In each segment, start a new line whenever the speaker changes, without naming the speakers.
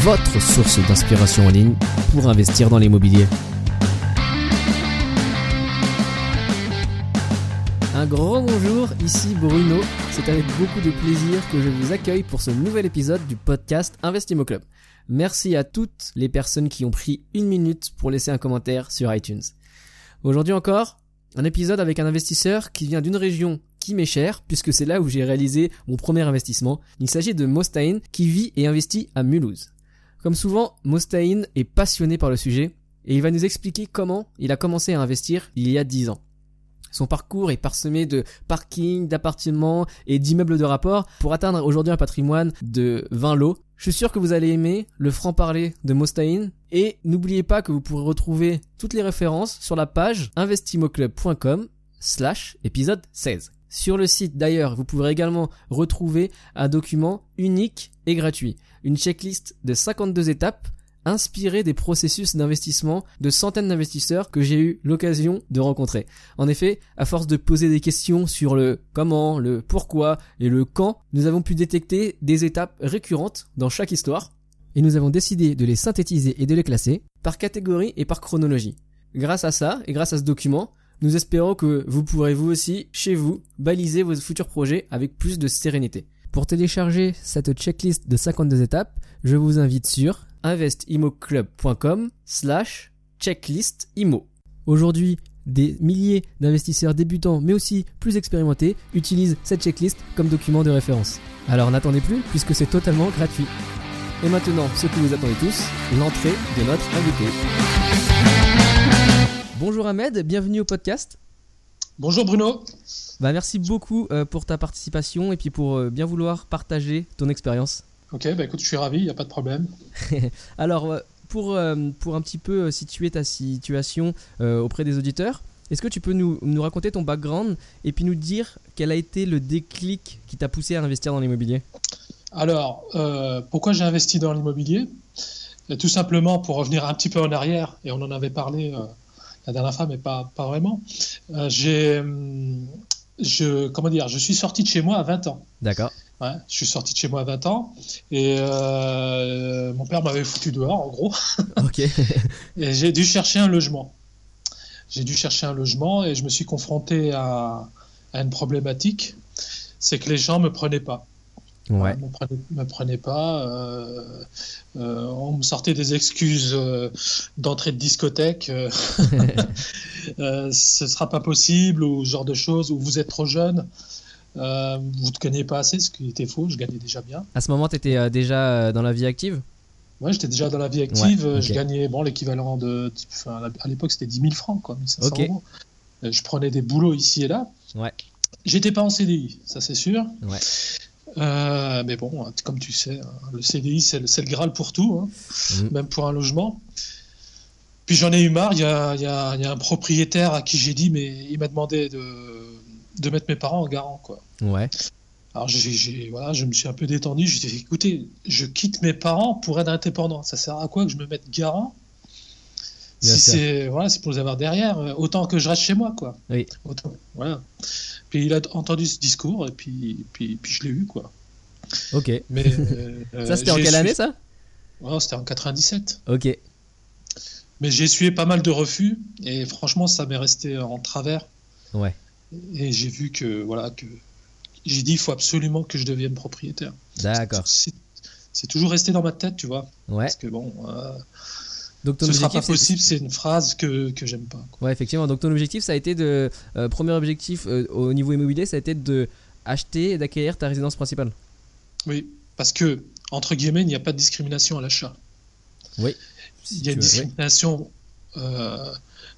votre source d'inspiration en ligne pour investir dans l'immobilier. Un grand bonjour, ici Bruno. C'est avec beaucoup de plaisir que je vous accueille pour ce nouvel épisode du podcast Investimo Club. Merci à toutes les personnes qui ont pris une minute pour laisser un commentaire sur iTunes. Aujourd'hui encore, un épisode avec un investisseur qui vient d'une région qui m'est chère, puisque c'est là où j'ai réalisé mon premier investissement. Il s'agit de Mostaïn qui vit et investit à Mulhouse. Comme souvent, Mostaïn est passionné par le sujet et il va nous expliquer comment il a commencé à investir il y a 10 ans. Son parcours est parsemé de parkings, d'appartements et d'immeubles de rapport pour atteindre aujourd'hui un patrimoine de 20 lots. Je suis sûr que vous allez aimer le franc-parler de Mostaïn et n'oubliez pas que vous pourrez retrouver toutes les références sur la page investimoclub.com slash épisode 16. Sur le site d'ailleurs, vous pourrez également retrouver un document unique et gratuit, une checklist de 52 étapes inspirée des processus d'investissement de centaines d'investisseurs que j'ai eu l'occasion de rencontrer. En effet, à force de poser des questions sur le comment, le pourquoi et le quand, nous avons pu détecter des étapes récurrentes dans chaque histoire et nous avons décidé de les synthétiser et de les classer par catégorie et par chronologie. Grâce à ça et grâce à ce document, nous espérons que vous pourrez vous aussi, chez vous, baliser vos futurs projets avec plus de sérénité. Pour télécharger cette checklist de 52 étapes, je vous invite sur investimoclub.com slash checklist IMO. Aujourd'hui, des milliers d'investisseurs débutants mais aussi plus expérimentés utilisent cette checklist comme document de référence. Alors n'attendez plus puisque c'est totalement gratuit. Et maintenant, ce que vous attendez tous, l'entrée de notre invité. Bonjour Ahmed, bienvenue au podcast.
Bonjour Bruno.
Bah, merci beaucoup euh, pour ta participation et puis pour euh, bien vouloir partager ton expérience.
Ok, bah écoute, je suis ravi, il n'y a pas de problème.
Alors, euh, pour, euh, pour un petit peu euh, situer ta situation euh, auprès des auditeurs, est-ce que tu peux nous, nous raconter ton background et puis nous dire quel a été le déclic qui t'a poussé à investir dans l'immobilier
Alors, euh, pourquoi j'ai investi dans l'immobilier Et Tout simplement pour revenir un petit peu en arrière, et on en avait parlé euh, la dernière fois, mais pas, pas vraiment. Euh, j'ai, hum, je, comment dire, je suis sorti de chez moi à 20 ans.
D'accord.
Ouais, je suis sorti de chez moi à 20 ans et euh, mon père m'avait foutu dehors en gros
Ok.
et j'ai dû chercher un logement. J'ai dû chercher un logement et je me suis confronté à, à une problématique, c'est que les gens me prenaient pas.
ouais.
ne me prenait, me prenait pas. euh, euh, on me sortait des excuses euh, d'entrée de discothèque. euh, euh, ce sera pas possible, ou ce genre de choses, ou vous êtes trop jeune. euh, vous ne gagnez pas assez, ce qui était faux, je gagnais déjà bien.
À ce moment, tu étais déjà euh, dans la vie active
Moi, j'étais déjà dans la vie active,
Ouais,
euh, je
ok.
gagnais bon, l'équivalent de. enfin, à l'époque, c'était 10 000 francs, quoi, 1 500
Ok.
euros. Euh, Je prenais des boulots ici et là.
Ouais.
J'étais pas en CDI, ça c'est sûr.
Ouais.
Euh, mais bon, comme tu sais, hein, le CDI, c'est le, c'est le Graal pour tout, hein,
Mhm.
même pour un logement. Puis j'en ai eu marre, il y a, il y a- il y a un propriétaire à qui j'ai dit, mais il m'a demandé de, de mettre mes parents en garant. Quoi.
Ouais.
Alors j'ai, j'ai- voilà, je me suis un peu détendu, j'ai dit, écoutez, je quitte mes parents pour être indépendant, ça sert à quoi que je me mette garant
Bien
si
sûr.
c'est, voilà, c'est pour les avoir derrière, euh, autant que je reste chez moi. Quoi.
Oui.
Autant- voilà. Puis il a entendu ce discours et puis, puis, puis je l'ai eu. Quoi.
Ok.
Mais euh,
ça, c'était en
j'ai
quelle
essuyé-
année ça
Ouais, C'était en 97.
Ok.
Mais j'ai essuyé pas mal de refus et franchement, ça m'est resté en travers.
Ouais.
Et j'ai vu que voilà que j'ai dit il faut absolument que je devienne propriétaire.
D'accord.
C'est c'est toujours resté dans ma tête, tu vois.
Ouais.
Parce que bon, euh,
Donc ton
ce sera
objectif,
pas
c'est-
possible. C'est une phrase que que j'aime pas. quoi.
Ouais, effectivement. Donc ton objectif, ça a été de euh, premier objectif euh, au niveau immobilier, ça a été de acheter et d'acquérir ta résidence principale.
Oui, parce que entre guillemets, il n'y a pas de discrimination à l'achat.
Si
Il y
tu
a une
veux. Ouais.
discrimination. euh,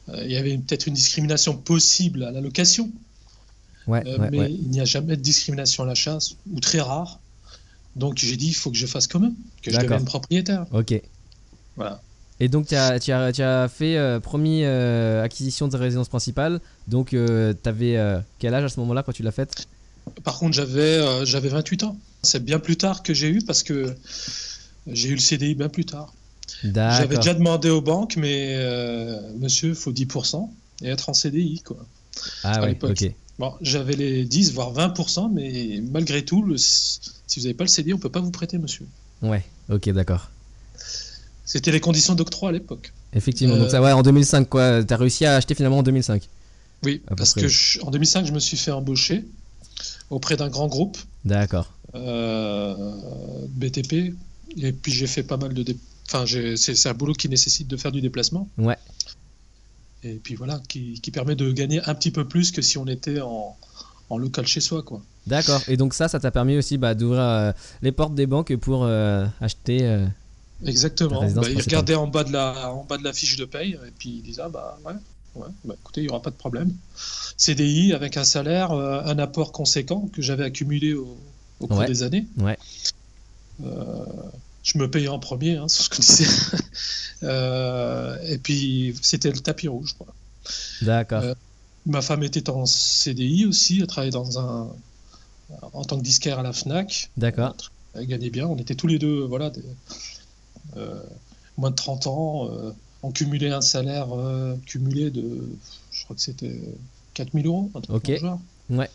euh, il y avait peut-être une discrimination possible à la location.
Ouais,
Euh,
ouais,
mais
ouais.
il n'y a jamais de discrimination à la chasse, ou très rare. Donc j'ai dit, il faut que je fasse comme eux, que je
D'accord.
devienne propriétaire.
Ok.
Voilà.
Et donc, tu as, tu as- tu as fait euh, premier euh, acquisition de résidence principale. Donc, euh, t'avais euh, quel âge à ce moment-là quand tu l'as faite
Par contre, j'avais euh, j'avais 28 ans. C'est bien plus tard que j'ai eu parce que euh, j'ai eu le CDI bien plus tard. J'avais
D'accord.
déjà demandé aux banques, mais euh, monsieur, faut 10% et être en CDI. Quoi.
Ah
à
ouais,
l'époque.
ok.
Bon, j'avais les 10, voire 20%, mais malgré tout, le- si vous n'avez pas le CDI, on ne peut pas vous prêter, monsieur.
Ouais, ok, d'accord.
C'était les conditions d'octroi à l'époque.
Effectivement,
Euh,
donc ça, ouais, en 2005, quoi. T'as réussi à acheter finalement en 2005.
Oui,
À peu
parce
près.
que je- en 2005, je me suis fait embaucher auprès d'un grand groupe
D'accord.
euh, BTP, et puis j'ai fait pas mal de. dé- Enfin, j'ai- c'est c'est un boulot qui nécessite de faire du déplacement.
Ouais.
Et puis voilà, qui, qui permet de gagner un petit peu plus que si on était en, en local chez soi, quoi.
D'accord. Et donc, ça, ça t'a permis aussi bah, d'ouvrir euh, les portes des banques pour euh, acheter. euh, La
Exactement.
résidence
Bah, ils
principale.
regardaient en bas, de la, en bas de la fiche de paye et puis ils disaient ah, bah ouais, ouais bah, écoutez, il n'y aura pas de problème. CDI avec un salaire, euh, un apport conséquent que j'avais accumulé au, au cours
Ouais.
des années.
Ouais.
Euh, je me payais en premier, hein, c'est ce que je disais. Euh, et puis c'était le tapis rouge. quoi.
D'accord.
Euh, Ma femme était en CDI aussi, elle travaillait dans un, en tant que disquaire à la FNAC.
D'accord.
Elle gagnait bien. On était tous les deux, voilà, des- euh, moins de 30 ans. euh, on cumulait un salaire euh, cumulé de, je crois que c'était 4000 euros. un truc
Ok.
dans le genre.
Ouais.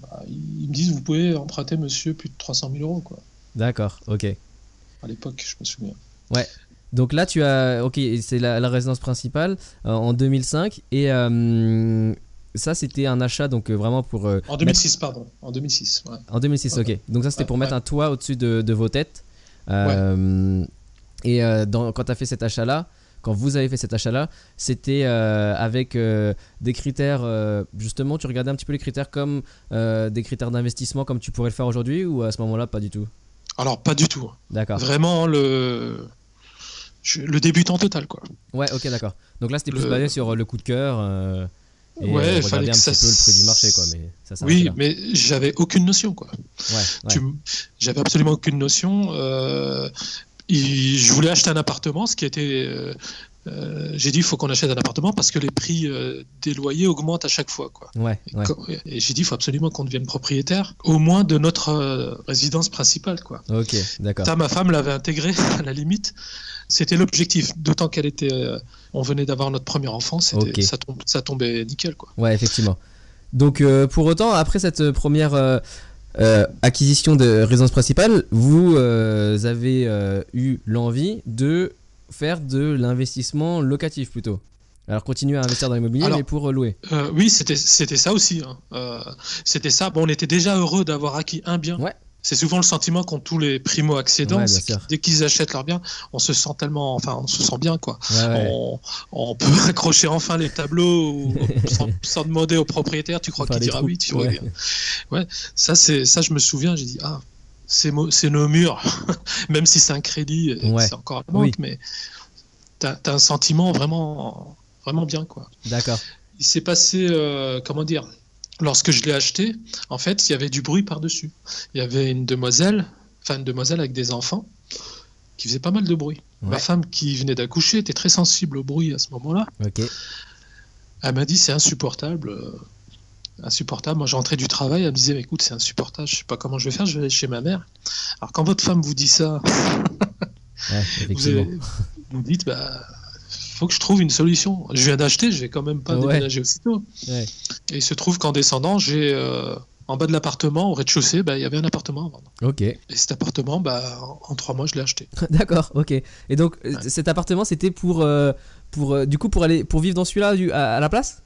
Bah, ils ils me disent, vous pouvez emprunter, monsieur, plus de 300 000 euros, quoi.
D'accord. Ok.
À l'époque, je me souviens.
Donc là, tu as. Ok, c'est la, la résidence principale euh, en 2005. Et euh, ça, c'était un achat, donc euh, vraiment pour. euh,
En 2006, pardon. En 2006, ouais.
En 2006, ok. Donc ça, c'était pour
Ouais,
mettre un toit au-dessus de, de vos têtes. Euh, Et euh, dans- quand tu as fait cet achat-là, quand vous avez fait cet achat-là, c'était euh, avec euh, des critères, euh, justement, tu regardais un petit peu les critères comme euh, des critères d'investissement comme tu pourrais le faire aujourd'hui ou à ce moment-là, pas du tout
Alors, pas du tout.
D'accord.
Vraiment, hein, le... je- le débutant total, quoi.
Ouais, ok, d'accord. Donc là, c'était plus
Le-
basé sur euh, le coup de cœur euh, et
Ouais,
euh,
il fallait
regarder un
que
petit peu
ça
le prix du marché, quoi.
s-
Mais ça, s'arrêtait
Oui,
là.
mais j'avais aucune notion, quoi.
Ouais, ouais.
Tu m- J'avais absolument aucune notion. euh, il- je voulais acheter un appartement, ce qui était. euh, euh, j'ai dit, il faut qu'on achète un appartement parce que les prix euh, des loyers augmentent à chaque fois. Quoi.
Ouais,
Et
ouais.
quand- Et j'ai dit, il faut absolument qu'on devienne propriétaire, au moins de notre euh, résidence principale. Quoi.
Ok, d'accord.
Ça, ma femme l'avait intégré à la limite. C'était l'objectif, d'autant qu'elle était. euh, on venait d'avoir notre premier enfant, c'était-
Ok.
ça, tombe- ça tombait nickel. Quoi.
Ouais, effectivement. Donc, euh, pour autant, après cette première euh, euh, acquisition de résidence principale, vous euh, avez euh, eu l'envie de faire de l'investissement locatif plutôt. Alors, continuer à investir dans l'immobilier,
Alors-
mais pour euh, louer.
Euh, oui, c'était c'était ça aussi. hein. Euh, c'était ça. Bon, on était déjà heureux d'avoir acquis un bien.
Ouais.
C'est souvent le sentiment qu'ont tous les primo accédants.
Ouais, bien sûr.
dès qu'ils achètent leur bien, on se sent tellement, enfin, on se sent bien quoi.
Ouais, ouais.
On, on peut accrocher enfin les tableaux ou- sans, sans demander au propriétaire. Tu crois
Enfin,
qu'il
les
dira
troupes,
oui, tu
ouais.
reviens. Ça, c'est ça, je me souviens. J'ai dit ah, c'est mo- c'est nos murs, même si c'est un crédit, et que
Ouais.
c'est encore un manque,
Oui.
mais t'as t'as un sentiment vraiment, vraiment bien quoi.
D'accord.
Il s'est passé, euh, comment dire, lorsque je l'ai acheté, en fait, il y avait du bruit par-dessus. Il y avait une demoiselle, enfin une demoiselle avec des enfants, qui faisait pas mal de bruit.
Ouais.
Ma femme qui venait d'accoucher était très sensible au bruit à ce moment-là.
Ok.
Elle m'a dit c'est insupportable. euh, Insupportable. Moi, j'entrais du travail, elle me disait écoute, c'est insupportable, je sais pas comment je vais faire, je vais aller chez ma mère. Alors, quand votre femme vous dit ça,
Ouais,
vous,
effectivement.
avez- vous dites bah, faut que je trouve une solution. Je viens d'acheter, je vais quand même pas
Ouais.
déménager aussitôt.
Ouais.
Et il se trouve qu'en descendant, j'ai euh, en bas de l'appartement, au rez-de-chaussée, bah, il y avait un appartement à vendre.
Ok.
Et cet appartement, bah, en- en trois mois, je l'ai acheté.
D'accord, ok. Et donc euh, cet appartement, c'était pour, euh, pour euh, du coup pour aller pour vivre dans celui-là du- à, à la place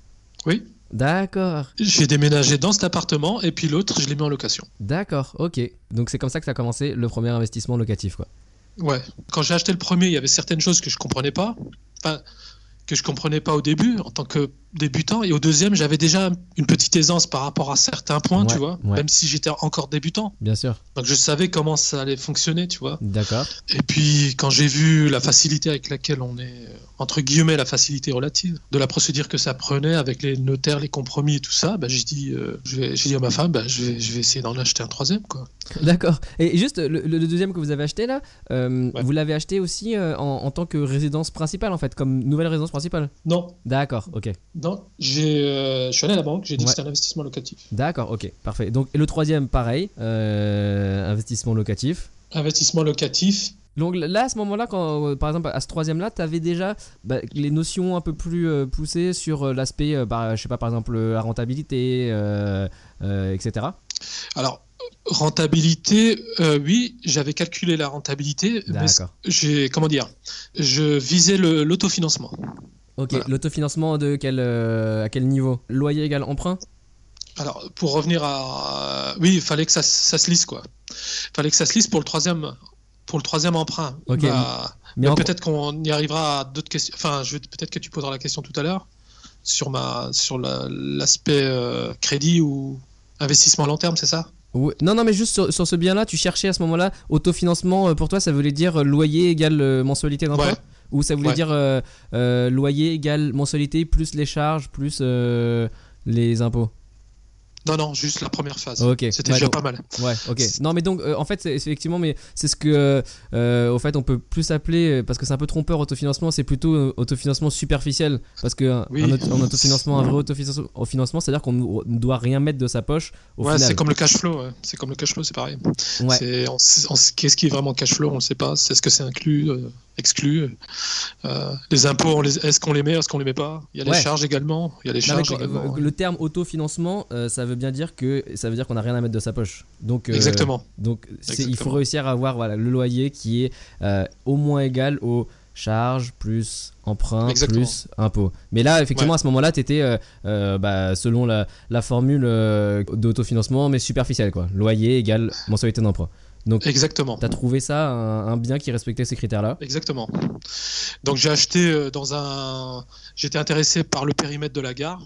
Oui.
D'accord,
J'ai déménagé dans cet appartement et puis l'autre, je l'ai mis en location.
d'accord, ok. Donc c'est comme ça que ça a commencé le premier investissement locatif, quoi.
Ouais. Quand j'ai acheté le premier, il y avait certaines choses que je comprenais pas, enfin que je comprenais pas au début en tant que débutant et au deuxième j'avais déjà une petite aisance par rapport à certains points
Ouais,
tu vois
ouais.
même si j'étais encore débutant
Bien sûr.
donc je savais comment ça allait fonctionner tu vois
D'accord.
et puis quand j'ai vu la facilité avec laquelle on est euh, entre guillemets la facilité relative de la procédure que ça prenait avec les notaires les compromis et tout ça bah, j'ai dit euh, je vais- j'ai dit à ma femme bah, je vais je vais essayer d'en acheter un troisième quoi
D'accord. Et juste, le, le deuxième que vous avez acheté là, euh,
Ouais.
vous l'avez acheté aussi euh, en, en tant que résidence principale en fait, comme nouvelle résidence principale
non
D'accord, ok.
non j'ai euh, je suis allé à la banque j'ai dit
Ouais.
que c'était un investissement locatif
D'accord, ok, parfait. Donc, et le troisième, pareil, euh, investissement locatif.
investissement locatif
Donc là, à ce moment-là, quand, euh, par exemple, à ce troisième-là, tu avais déjà bah, les notions un peu plus euh, poussées sur euh, l'aspect, euh, bah, je sais pas, par exemple, euh, la rentabilité, euh, euh, etc.
alors rentabilité euh, oui j'avais calculé la rentabilité mais
D'accord.
j'ai comment dire je visais le- l'autofinancement
Ok,
Voilà.
l'autofinancement de quel, euh, à quel niveau Loyer égal emprunt
alors pour revenir à euh, oui il fallait que ça, ça se lisse quoi fallait que ça se lisse pour le troisième pour le troisième emprunt
Ok.
Bah,
Mais en-
peut-être qu'on y arrivera à d'autres questions enfin je vais- peut-être que tu poseras la question tout à l'heure sur ma sur la- l'aspect euh, crédit ou investissement long terme c'est ça
Ouais. Non, non, mais juste sur, sur ce bien-là, tu cherchais à ce moment-là autofinancement. euh, Pour toi, ça voulait dire euh, loyer égale euh, mensualité d'empruit
Ouais.
Ou ça voulait
Ouais.
dire euh, euh, loyer égale mensualité plus les charges plus euh, les impôts
non non juste la première phase
Ok.
c'était
Ouais,
déjà
donc-
pas mal
Ouais, ok.
C'est-
Non, mais donc, euh, en fait, c'est, c'est effectivement, mais c'est ce que, euh, au fait, on peut plus appeler, euh, parce que c'est un peu trompeur, autofinancement, c'est plutôt euh, autofinancement superficiel. Parce que un,
Oui.
un auto- un autofinancement, un vrai autofinancement, au financement, c'est-à-dire qu'on ne ne doit rien mettre de sa poche au
ouais,
final.
c'est comme le cash flow ouais. c'est comme le cash flow c'est pareil
Ouais.
C'est- on s- on s- Qu'est-ce qui est vraiment cash flow On ne sait pas. C'est ce que c'est inclus, euh, exclu. euh, les impôts, on les- est-ce qu'on les met, est-ce qu'on les met pas Il y a les
Ouais.
charges également. Il y a les
Non, mais
charges
quand-
également.
euh,
ouais.
le terme autofinancement, euh, ça veut bien dire que ça veut dire qu'on n'a rien à mettre de sa poche. Donc, euh,
Exactement.
Donc c'est- il faut
Exactement.
réussir à avoir voilà, le loyer qui est euh, au moins égal aux charges plus emprunt
Exactement.
plus impôt. Mais là, effectivement, à ce moment-là, tu étais bah, selon la, la formule euh, d'autofinancement, mais superficielle. Quoi. Loyer égale mensualité d'emprunt.
Exactement.
Tu as trouvé ça un, un bien qui respectait ces critères-là
Exactement. Donc j'ai acheté euh, dans un. J'étais intéressé par le périmètre de la gare,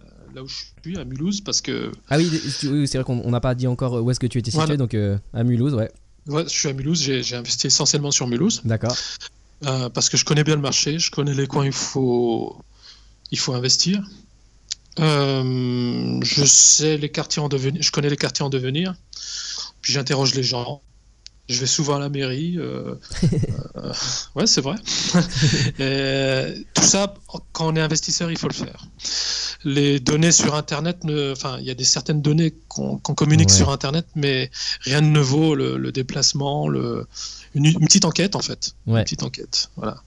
euh, là où je suis, à Mulhouse, parce que
Ah oui, tu- oui, c'est vrai qu'on on n'a pas dit encore euh, où est-ce que tu étais situé,
Voilà.
donc euh, à Mulhouse, ouais.
ouais, je suis à Mulhouse, j'ai j'ai investi essentiellement sur Mulhouse.
D'accord.
Euh, parce que je connais bien le marché, je connais les coins où il faut, il faut investir. Euh, je sais les quartiers en devenir, je connais les quartiers en devenir. Puis j'interroge les gens. Je vais souvent à la mairie. euh, euh, ouais, c'est vrai. Et tout ça, quand on est investisseur, il faut le faire. Les données sur Internet, ne- enfin, il y a des certaines données qu'on qu'on communique
Ouais.
sur Internet, mais rien ne vaut le, le déplacement, le, une, une petite enquête en fait.
Ouais.
Une petite enquête. Voilà.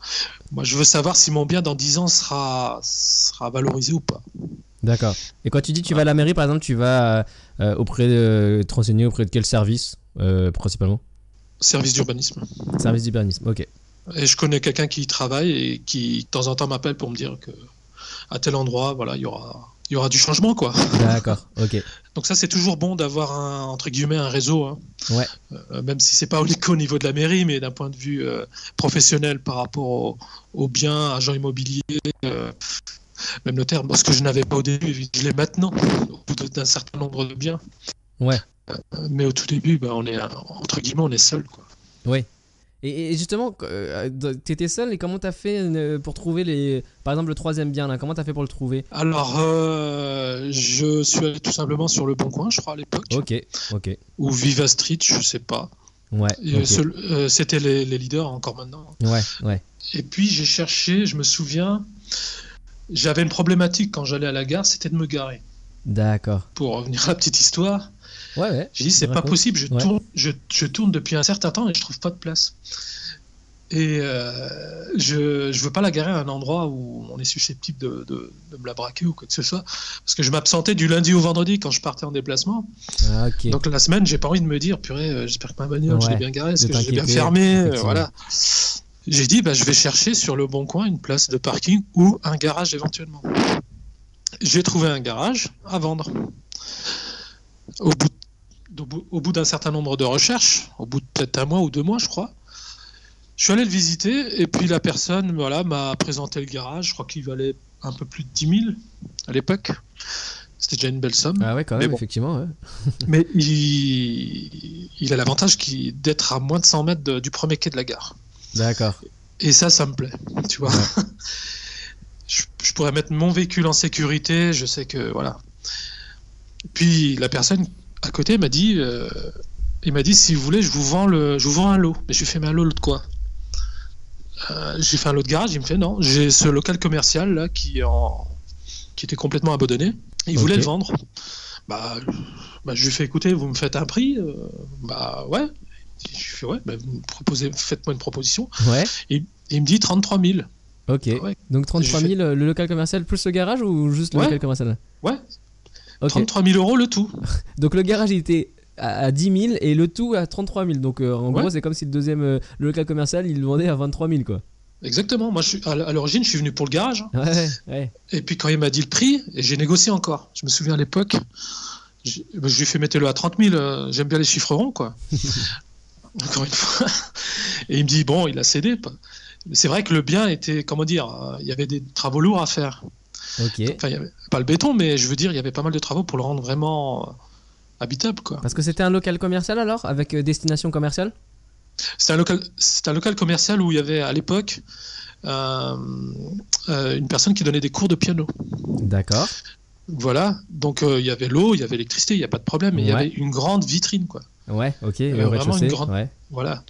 Moi, je veux savoir si mon bien dans 10 ans sera, sera valorisé ou pas.
D'accord. Et quand tu dis tu vas à la mairie, par exemple, tu vas euh, euh, auprès de, te renseigner auprès de quel service euh, principalement
Service d'urbanisme.
Service d'urbanisme. Ok.
Et je connais quelqu'un qui y travaille et qui de temps en temps m'appelle pour me dire que à tel endroit, voilà, il y aura, il y aura du changement quoi.
D'accord. Ok.
Donc ça, c'est toujours bon d'avoir un entre guillemets un réseau. hein.
Ouais.
Euh, même si c'est pas au, qu'au niveau de la mairie, mais d'un point de vue euh, professionnel par rapport au- aux biens, agents immobiliers, euh, même notaire, parce que je n'avais pas au début, je l'ai maintenant au bout de- d'un certain nombre de biens.
Ouais.
Euh, mais au tout début, bah, on est euh, entre guillemets, on est seul quoi.
Et, et justement, qu- euh, de- t'étais seul et comment t'as fait euh, pour trouver les, par exemple, le troisième bien là Comment t'as fait pour le trouver
Alors, euh, je suis allé tout simplement sur le Bon Coin, je crois à l'époque,
Ok. Ok.
ou Viva Street, je sais pas.
Ouais.
Et
ok.
seul- euh, C'était les, les leaders encore maintenant.
Ouais. Ouais.
Et puis j'ai cherché, je me souviens, j'avais une problématique quand j'allais à la gare, c'était de me garer.
D'accord.
Pour revenir à la petite histoire,
Ouais. Ouais.
j'ai dit c'est pas
Raconte.
possible, je,
Ouais.
tourne, je, je tourne depuis un certain temps et je trouve pas de place. Et euh, je, je veux pas la garer à un endroit où on est susceptible de, de- de me la braquer ou quoi que ce soit. Parce que je m'absentais du lundi au vendredi quand je partais en déplacement.
Ah, ok.
Donc la semaine, j'ai pas envie de me dire, purée, euh, j'espère que ma bagnole, je
Ouais,
l'ai bien garée, est-ce
de
que je l'ai bien
t'inquiéter,
fermée euh,
effectivement.
Voilà. J'ai dit, bah, je vais chercher sur le bon coin une place de parking ou un garage éventuellement. J'ai trouvé un garage à vendre. Au bout, d'au bout- au bout d'un certain nombre de recherches, au bout de peut-être un mois ou deux mois, je crois, je suis allé le visiter et puis la personne voilà, m'a présenté le garage. Je crois qu'il valait un peu plus de 10 000 à l'époque. C'était déjà une belle somme.
Ah ouais, quand même,
Mais bon.
effectivement. ouais.
Mais il, il a l'avantage qu'il- d'être à moins de 100 mètres de- du premier quai de la gare.
D'accord.
Et ça, ça me plaît, tu vois. je, je pourrais mettre mon véhicule en sécurité, je sais que, voilà. Puis la personne à côté m'a dit, euh, il m'a dit, si vous voulez, je vous vends, le, je vous vends un lot. Mais je lui fais, mais un lot, lot de quoi Euh, J'ai fait un lot de garage, il me fait, non, j'ai ce local commercial là qui, est en, qui était complètement abandonné. Il
Ok.
voulait le vendre. Bah, bah, je lui fais, écoutez, vous me faites un prix Euh, Bah ouais. Je lui fais, ouais, bah, vous me proposez, faites-moi une proposition.
Ouais,
Et il me dit 33 000.
ok.
Ah, Ouais.
Donc 33 000, euh, le local commercial plus le garage ou juste le
Ouais.
local commercial
Ouais.
Ok.
33 000 euros le tout.
Donc le garage il était à à 10 000 et le tout à 33 000. Donc euh, en
Ouais.
gros, c'est comme si le deuxième, euh, le local commercial, il le vendait à 23 000 quoi.
Exactement. Moi, je suis, à l- à l'origine, je suis venu pour le garage. hein.
Ouais, ouais.
Et puis, quand il m'a dit le prix, et j'ai négocié encore. Je me souviens à l'époque, je, je lui ai fait mettez-le à 30 000. euh, J'aime bien les chiffres ronds, quoi. encore une fois. Et il me dit bon, il a cédé. pas- Mais C'est vrai que le bien était, comment dire, euh, il y avait des travaux lourds à faire.
Ok.
Enfin, il y avait, pas le béton, mais je veux dire, il y avait pas mal de travaux pour le rendre vraiment euh, habitable, quoi.
Parce que c'était un local commercial alors Avec euh, destination commerciale
C'est un local, c'est un local commercial où il y avait à l'époque euh, euh, une personne qui donnait des cours de piano.
D'accord.
Voilà, donc euh, il y avait l'eau, il y avait l'électricité, il n'y a pas de problème, mais il y
Ouais.
avait une grande vitrine, quoi.
Ouais, ok.
y
et
avait
au
Euh, vraiment une
rez-de-chaussée.
grande-
Ouais.
Voilà.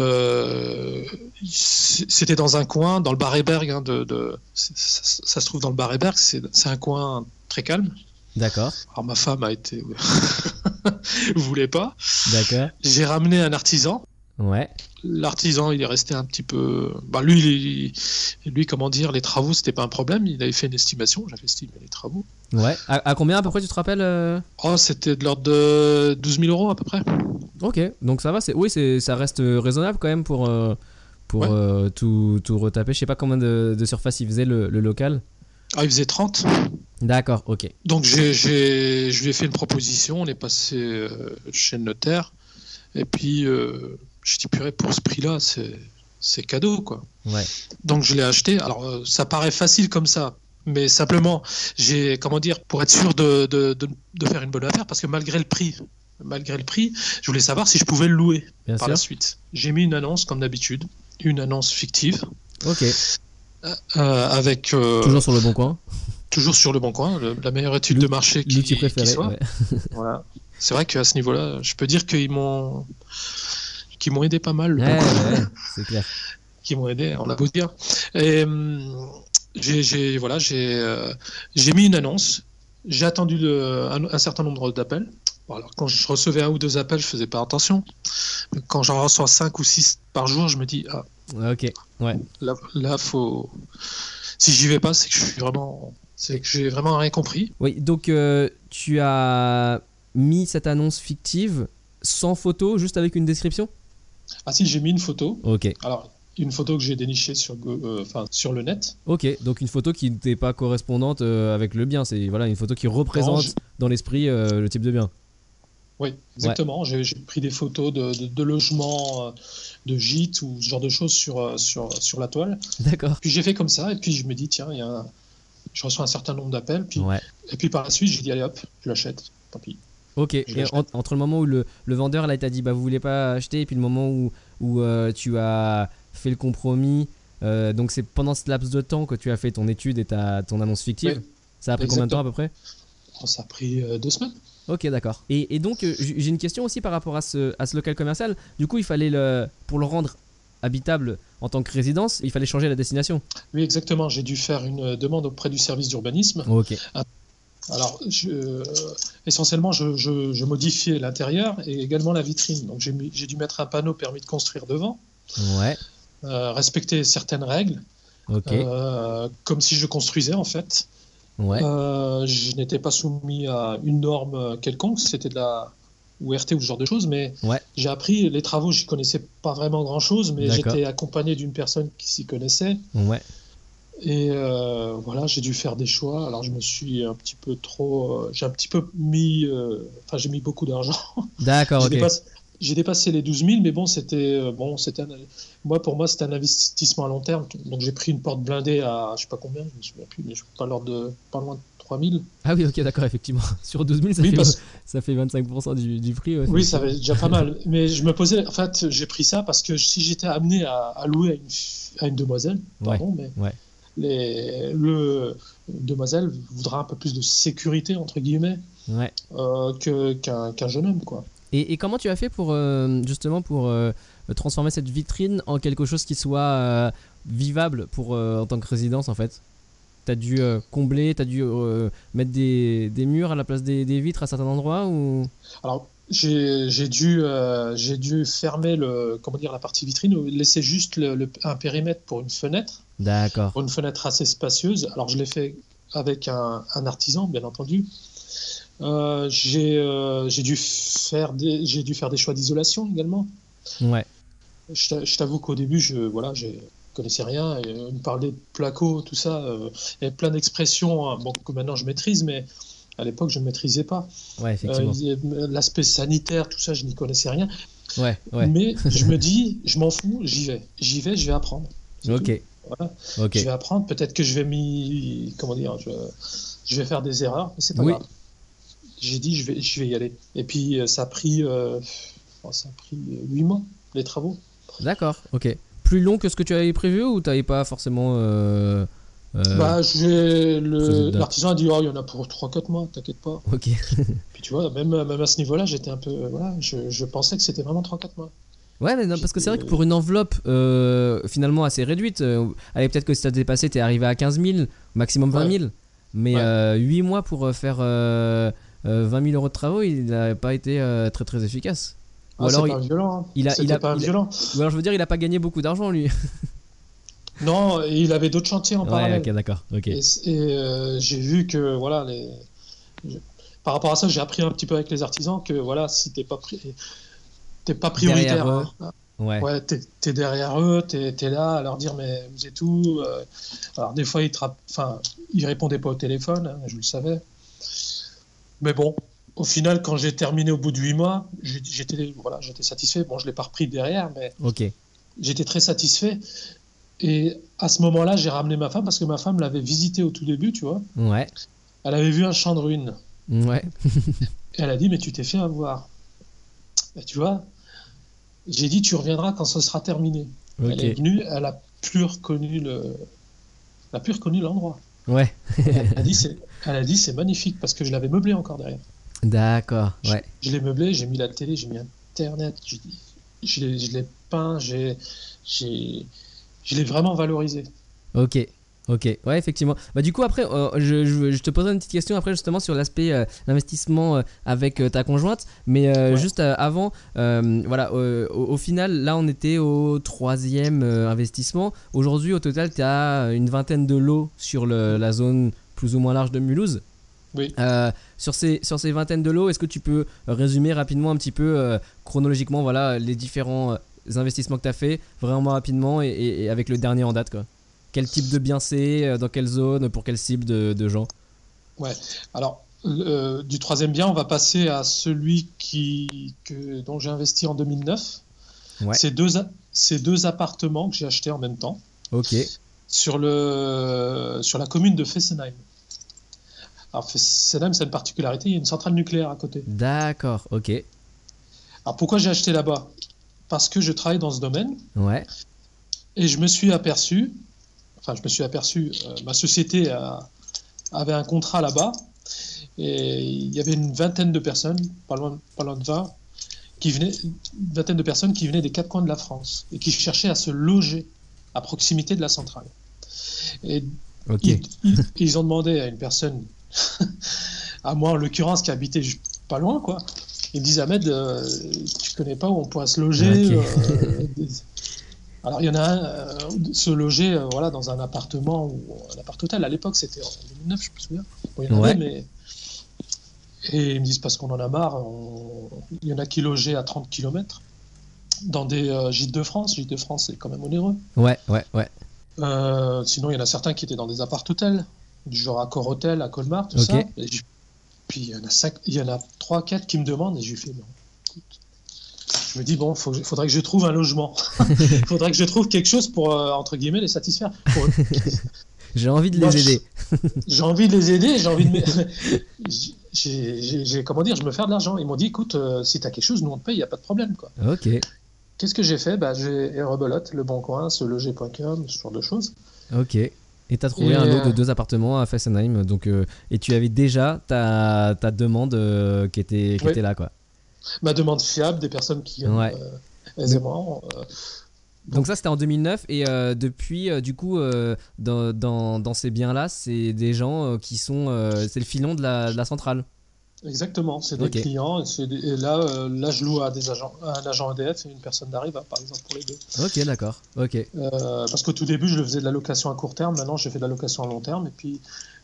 Euh, c- c'était dans un coin, dans le Baréberg, hein, de, de- c- ça, ça se trouve dans le Baréberg, c'est c'est un coin très calme.
D'accord.
Alors ma femme a été. voulait pas.
D'accord.
J'ai ramené un artisan.
Ouais.
l'artisan il est resté un petit peu bah, lui il- il- lui comment dire les travaux c'était pas un problème il avait fait une estimation j'avais estimé les travaux
Ouais. À, à combien à peu près tu te rappelles euh
oh c'était de l'ordre de 12 000 euros à peu près
Ok. Donc ça va. C'est oui, c'est ça reste euh, raisonnable quand même pour euh, pour
Ouais.
euh, tout, tout retaper. Je sais pas combien de, de surface il faisait le, le local.
ah il faisait 30
D'accord. Ok.
donc j'ai, j'ai- je lui ai fait une proposition on est passé euh, chez le notaire et puis euh, je dis purée pour ce prix là c'est c'est cadeau quoi
Ouais.
Donc je l'ai acheté. Alors euh, ça paraît facile comme ça, mais simplement, j'ai comment dire, pour être sûr de, de, de- de faire une bonne affaire, parce que malgré le prix, malgré le prix, je voulais savoir si je pouvais le louer
Bien
par
sûr.
la suite. J'ai mis une annonce comme d'habitude, une annonce fictive,
Ok.
euh, avec euh, toujours.
Toujours sur le bon coin.
sur le bon coin, le- la meilleure étude
L'ou-
de marché qui,
L'outil
qui
préféré.
soit.
ouais.
Voilà. C'est vrai qu'à ce niveau-là, je peux dire qu'ils m'ont qu'ils m'ont aidé pas mal. le
Ouais,
bon coin.
ouais, c'est clair.
qui m'ont aidé, on a beau dire. Et, hum, j'ai, j'ai- voilà, j'ai, euh, j'ai mis une annonce, j'ai attendu le- un, un certain nombre d'appels. Bon, alors, quand je recevais un ou deux appels, je faisais pas attention. Mais Quand j'en reçois cinq ou six par jour, je me dis, ah,
Ouais, Ok.
là, là, faut. Si j'y vais pas, c'est que je suis vraiment. C'est que j'ai vraiment rien compris.
Oui, donc euh, tu as mis cette annonce fictive sans photo, juste avec une description
Ah, si, j'ai mis une photo.
Ok.
Alors, une photo que j'ai dénichée sur, Go- euh, enfin, sur le net.
Ok, donc une photo qui n'était pas correspondante euh, avec le bien, c'est voilà une photo qui représente
Non, je-
dans l'esprit euh, le type de bien.
Oui, exactement. J'ai- J'ai pris des photos de, de, de logements, euh, de gîtes ou ce genre de choses sur, euh, sur, sur la toile.
D'accord.
Puis j'ai fait comme ça, et puis je me dis, tiens, il y a un- je reçois un certain nombre d'appels. Puis...
Ouais.
Et puis par la suite, j'ai dit, allez hop, je l'achète. Tant pis.
Ok.
Je
Et
l'achète.
en- entre le moment où le, le vendeur là il t'a dit bah vous voulez pas acheter et puis le moment où où euh, tu as fait le compromis, euh, donc c'est pendant ce laps de temps que tu as fait ton étude et ta ton annonce fictive.
Oui.
Ça a pris combien de temps à peu près
Oh, ça a pris euh, deux semaines.
Ok, d'accord. Et, et donc, euh, j- j'ai une question aussi par rapport à ce, à ce local commercial. Du coup, il fallait, le, pour le rendre habitable en tant que résidence, il fallait changer la destination.
Oui, exactement. J'ai dû faire une euh, demande auprès du service d'urbanisme.
Ok.
Alors, je, euh, essentiellement, je, je, je modifiais l'intérieur et également la vitrine. Donc j'ai mis- j'ai dû mettre un panneau permis de construire devant,
Ouais.
euh, respecter certaines règles,
Ok.
euh, comme si je construisais en fait.
ouais.
Euh, je n'étais pas soumis à une norme quelconque, c'était de la ORT ou ce genre de choses, mais
Ouais.
j'ai appris les travaux, j'y connaissais pas vraiment grand chose, mais
D'accord.
j'étais accompagné d'une personne qui s'y connaissait,
Ouais.
et euh, voilà, j'ai dû faire des choix. Alors je me suis un petit peu trop, euh, j'ai un petit peu mis, euh, enfin j'ai mis beaucoup d'argent.
D'accord,
J'ai
Ah, ok.
dépassé- j'ai dépassé les 12 000, mais bon, c'était euh, bon, c'était un- moi pour moi c'était un investissement à long terme. Donc j'ai pris une porte blindée à je sais pas combien, je me souviens plus, mais je pas l'ordre de pas loin de 3 000.
Ah oui, ok, d'accord, effectivement. Sur 12 000, ça,
Oui,
fait,
parce-
ça fait 25% du, du prix. ouais.
oui, ça va déjà pas mal. Mais je me posais, en fait, j'ai pris ça parce que si j'étais amené à, à louer à une, fi- à une demoiselle, pardon, mais
ouais.
les- le demoiselle voudra un peu plus de sécurité entre guillemets
Ouais.
euh, que- qu'un qu'un jeune homme, quoi.
Et, et comment tu as fait pour euh, justement pour euh, transformer cette vitrine en quelque chose qui soit euh, vivable pour euh, en tant que résidence en fait T'as dû euh, combler, t'as dû euh, mettre des, des murs à la place des, des vitres à certains endroits ou
Alors, j'ai j'ai dû, euh, j'ai dû fermer le, comment dire, la partie vitrine, ou laisser juste le- le- un périmètre pour une fenêtre,
D'accord.
pour une fenêtre assez spacieuse. Alors, je l'ai fait avec un, un artisan, bien entendu. Euh, j'ai euh, j'ai dû, faire des- j'ai dû faire des choix d'isolation également.
Ouais.
Je t'a- je t'avoue qu'au début, je voilà, je connaissais rien. Et, euh, on me parlait de placo, tout ça. euh, il y avait plein d'expressions hein, bon, que maintenant je maîtrise, mais à l'époque, je ne maîtrisais pas.
Ouais,
Euh,
effectivement.
L'aspect sanitaire, tout ça, je n'y connaissais rien.
Ouais, ouais.
Mais je me dis, je m'en fous, j'y vais. J'y vais, je vais apprendre. C'est tout.
Ok.
Voilà.
Ok.
Je vais apprendre. Peut-être que je vais m'y. Comment dire je, je vais faire des erreurs, mais c'est pas
Oui.
grave. J'ai dit, je vais, je vais y aller. Et puis, euh, ça a pris. euh, bon, ça a pris 8 mois, les travaux.
D'accord. Ok. Plus long que ce que tu avais prévu ou t'avais pas forcément euh, euh,
Bah, j'ai
faisait
le-
date.
L'artisan a dit, oh, il y en a pour 3-4 mois, t'inquiète pas.
Ok.
Puis tu vois, même, même à ce niveau-là, j'étais un peu. euh, Voilà, je, je pensais que c'était vraiment 3-4 mois.
Ouais, mais non, parce que c'est vrai que
J'étais-
pour une enveloppe euh, finalement assez réduite, euh, allez, peut-être que si t'as dépassé, t'es arrivé à 15 000, maximum 20 000. Mais
Ouais.
euh, 8 mois pour euh, faire euh, euh, 20 000 euros de travaux, il n'a pas été euh, très très efficace. Ou
Ah,
alors,
c'est pas violent. hein.
il a- il
C'était
a-
pas
il a-
violent.
Ou alors je veux dire, il a pas gagné beaucoup d'argent lui.
Non, et il avait d'autres chantiers en
Ouais,
parallèle.
ok, d'accord. Ok.
Et, c- et, euh, j'ai vu que, voilà, les... je- par rapport à ça, j'ai appris un petit peu avec les artisans que, voilà, si t'es pas, pri- t'es pas prioritaire,
Derrière eux.
hein.
Ouais.
ouais, t'es es derrière eux, t'es es là à leur dire, mais vous êtes où euh, Alors, des fois, ils, te rapp- enfin, ils répondaient pas au téléphone, hein, je le savais. Mais bon, au final, quand j'ai terminé au bout de huit mois, j'ai- j'étais voilà, j'étais satisfait. Bon, je l'ai pas repris derrière, mais
Ok.
j'étais très satisfait. Et à ce moment-là, j'ai ramené ma femme parce que ma femme l'avait visité au tout début, tu vois.
Ouais.
Elle avait vu un champ de ruines.
Ouais.
Et elle a dit, mais tu t'es fait avoir. Et tu vois, j'ai dit, tu reviendras quand ce sera terminé.
Ok.
Elle est venue, elle a plus reconnu le... Elle a plus reconnu l'endroit.
Ouais.
Elle a dit, c'est- elle a dit, c'est magnifique parce que je l'avais meublé encore derrière.
D'accord. Ouais.
Je l'ai meublé, j'ai mis la télé, j'ai mis Internet, je, je l'ai- je l'ai peint, j'ai, j'ai, je l'ai vraiment valorisé.
Ok. Ok, ouais, effectivement. Bah, du coup, après, euh, je, je- je te poserai une petite question après, justement, sur l'aspect euh, l'investissement euh, avec euh, ta conjointe. Mais euh,
Ouais.
juste euh, avant, euh, voilà, euh, au, au final, là, on était au troisième euh, investissement. Aujourd'hui, au total, tu as une vingtaine de lots sur le- la zone plus ou moins large de Mulhouse.
Oui.
Euh, sur, ces, sur ces vingtaines de lots, est-ce que tu peux résumer rapidement un petit peu, euh, chronologiquement, voilà, les différents euh, investissements que tu as fait, vraiment rapidement, et, et- et avec le dernier en date, quoi quel type de bien c'est, euh, dans quelle zone, pour quelle cible de, de gens.
Alors, le- euh, du troisième bien, on va passer à celui qui, que, dont j'ai investi en 2009.
Ouais.
Ces, deux, a- ces deux appartements que j'ai achetés en même temps
Ok,
sur, le, sur la commune de Fessenheim. Alors, Fessenheim, c'est une particularité, il y a une centrale nucléaire à côté.
d'accord, ok.
Alors, pourquoi j'ai acheté là-bas Parce que je travaille dans ce domaine
Ouais,
et je me suis aperçu, enfin, je me suis aperçu, euh, ma société a- avait un contrat là-bas et il y avait une vingtaine de personnes, pas loin, pas loin de 20, qui venaient, une vingtaine de personnes qui venaient des quatre coins de la France et qui cherchaient à se loger à proximité de la centrale. Et
ok.
ils, ils- ils ont demandé à une personne, à moi en l'occurrence, qui habitait ju- pas loin, quoi. Ils me disent Ahmed, euh, tu connais pas où on pourra se loger
Ok.
euh, des- Alors il y en a un, euh, se loger euh, voilà, dans un appartement ou un appart-hôtel. À l'époque, c'était en 2009, je me souviens. Bon, il y en avait,
Ouais.
mais. Et ils me disent parce qu'on en a marre, on- il y en a qui logeaient à 30 km dans des euh, gîtes de France. Gîtes de France, c'est quand même onéreux.
Ouais, ouais, ouais.
Euh, sinon, il y en a certains qui étaient dans des appart-hôtels, du genre à Corotel, à Colmar, tout
Ok.
ça. Et je- Puis il y en a cinq, il y en a trois, quatre qui me demandent et je lui fais non. écoute, je me dis bon, il faudrait que je trouve un logement. Il faudrait que je trouve quelque chose pour euh, entre guillemets les satisfaire. Pour-
J'ai envie de
Moi,
les
je-
aider.
j'ai envie de les aider, j'ai envie de. me- j'ai- j'ai- j'ai- comment dire, je me faire de l'argent. Ils m'ont dit écoute, euh, si t'as quelque chose, nous on te paye, il n'y a pas de problème quoi.
Ok.
Qu'est-ce que j'ai fait bah, J'ai et rebelote, le bon coin, se loger.com, ce genre de choses.
Ok. Et t'as trouvé
Et,
un lot de
euh,
deux appartements à Fessenheim, donc euh, et tu avais déjà ta, ta demande euh, qui était qui
Oui.
était là quoi.
Ma demande fiable des personnes qui ont
Ouais.
euh, aisément. euh,
Donc ça c'était en 2009 et euh, depuis euh, du coup euh, dans, dans, dans ces biens là c'est des gens euh, qui sont euh, c'est le filon de la, de la centrale.
Exactement, c'est des
Ok.
clients. et c'est des- et là, euh, là, je loue à des agents, à un agent EDF et une personne d'arrive, par exemple, pour les deux.
Ok d'accord. Ok.
Euh, parce qu'au tout début, je le faisais de la location à court terme. Maintenant, je fais de la location à long terme. Et puis,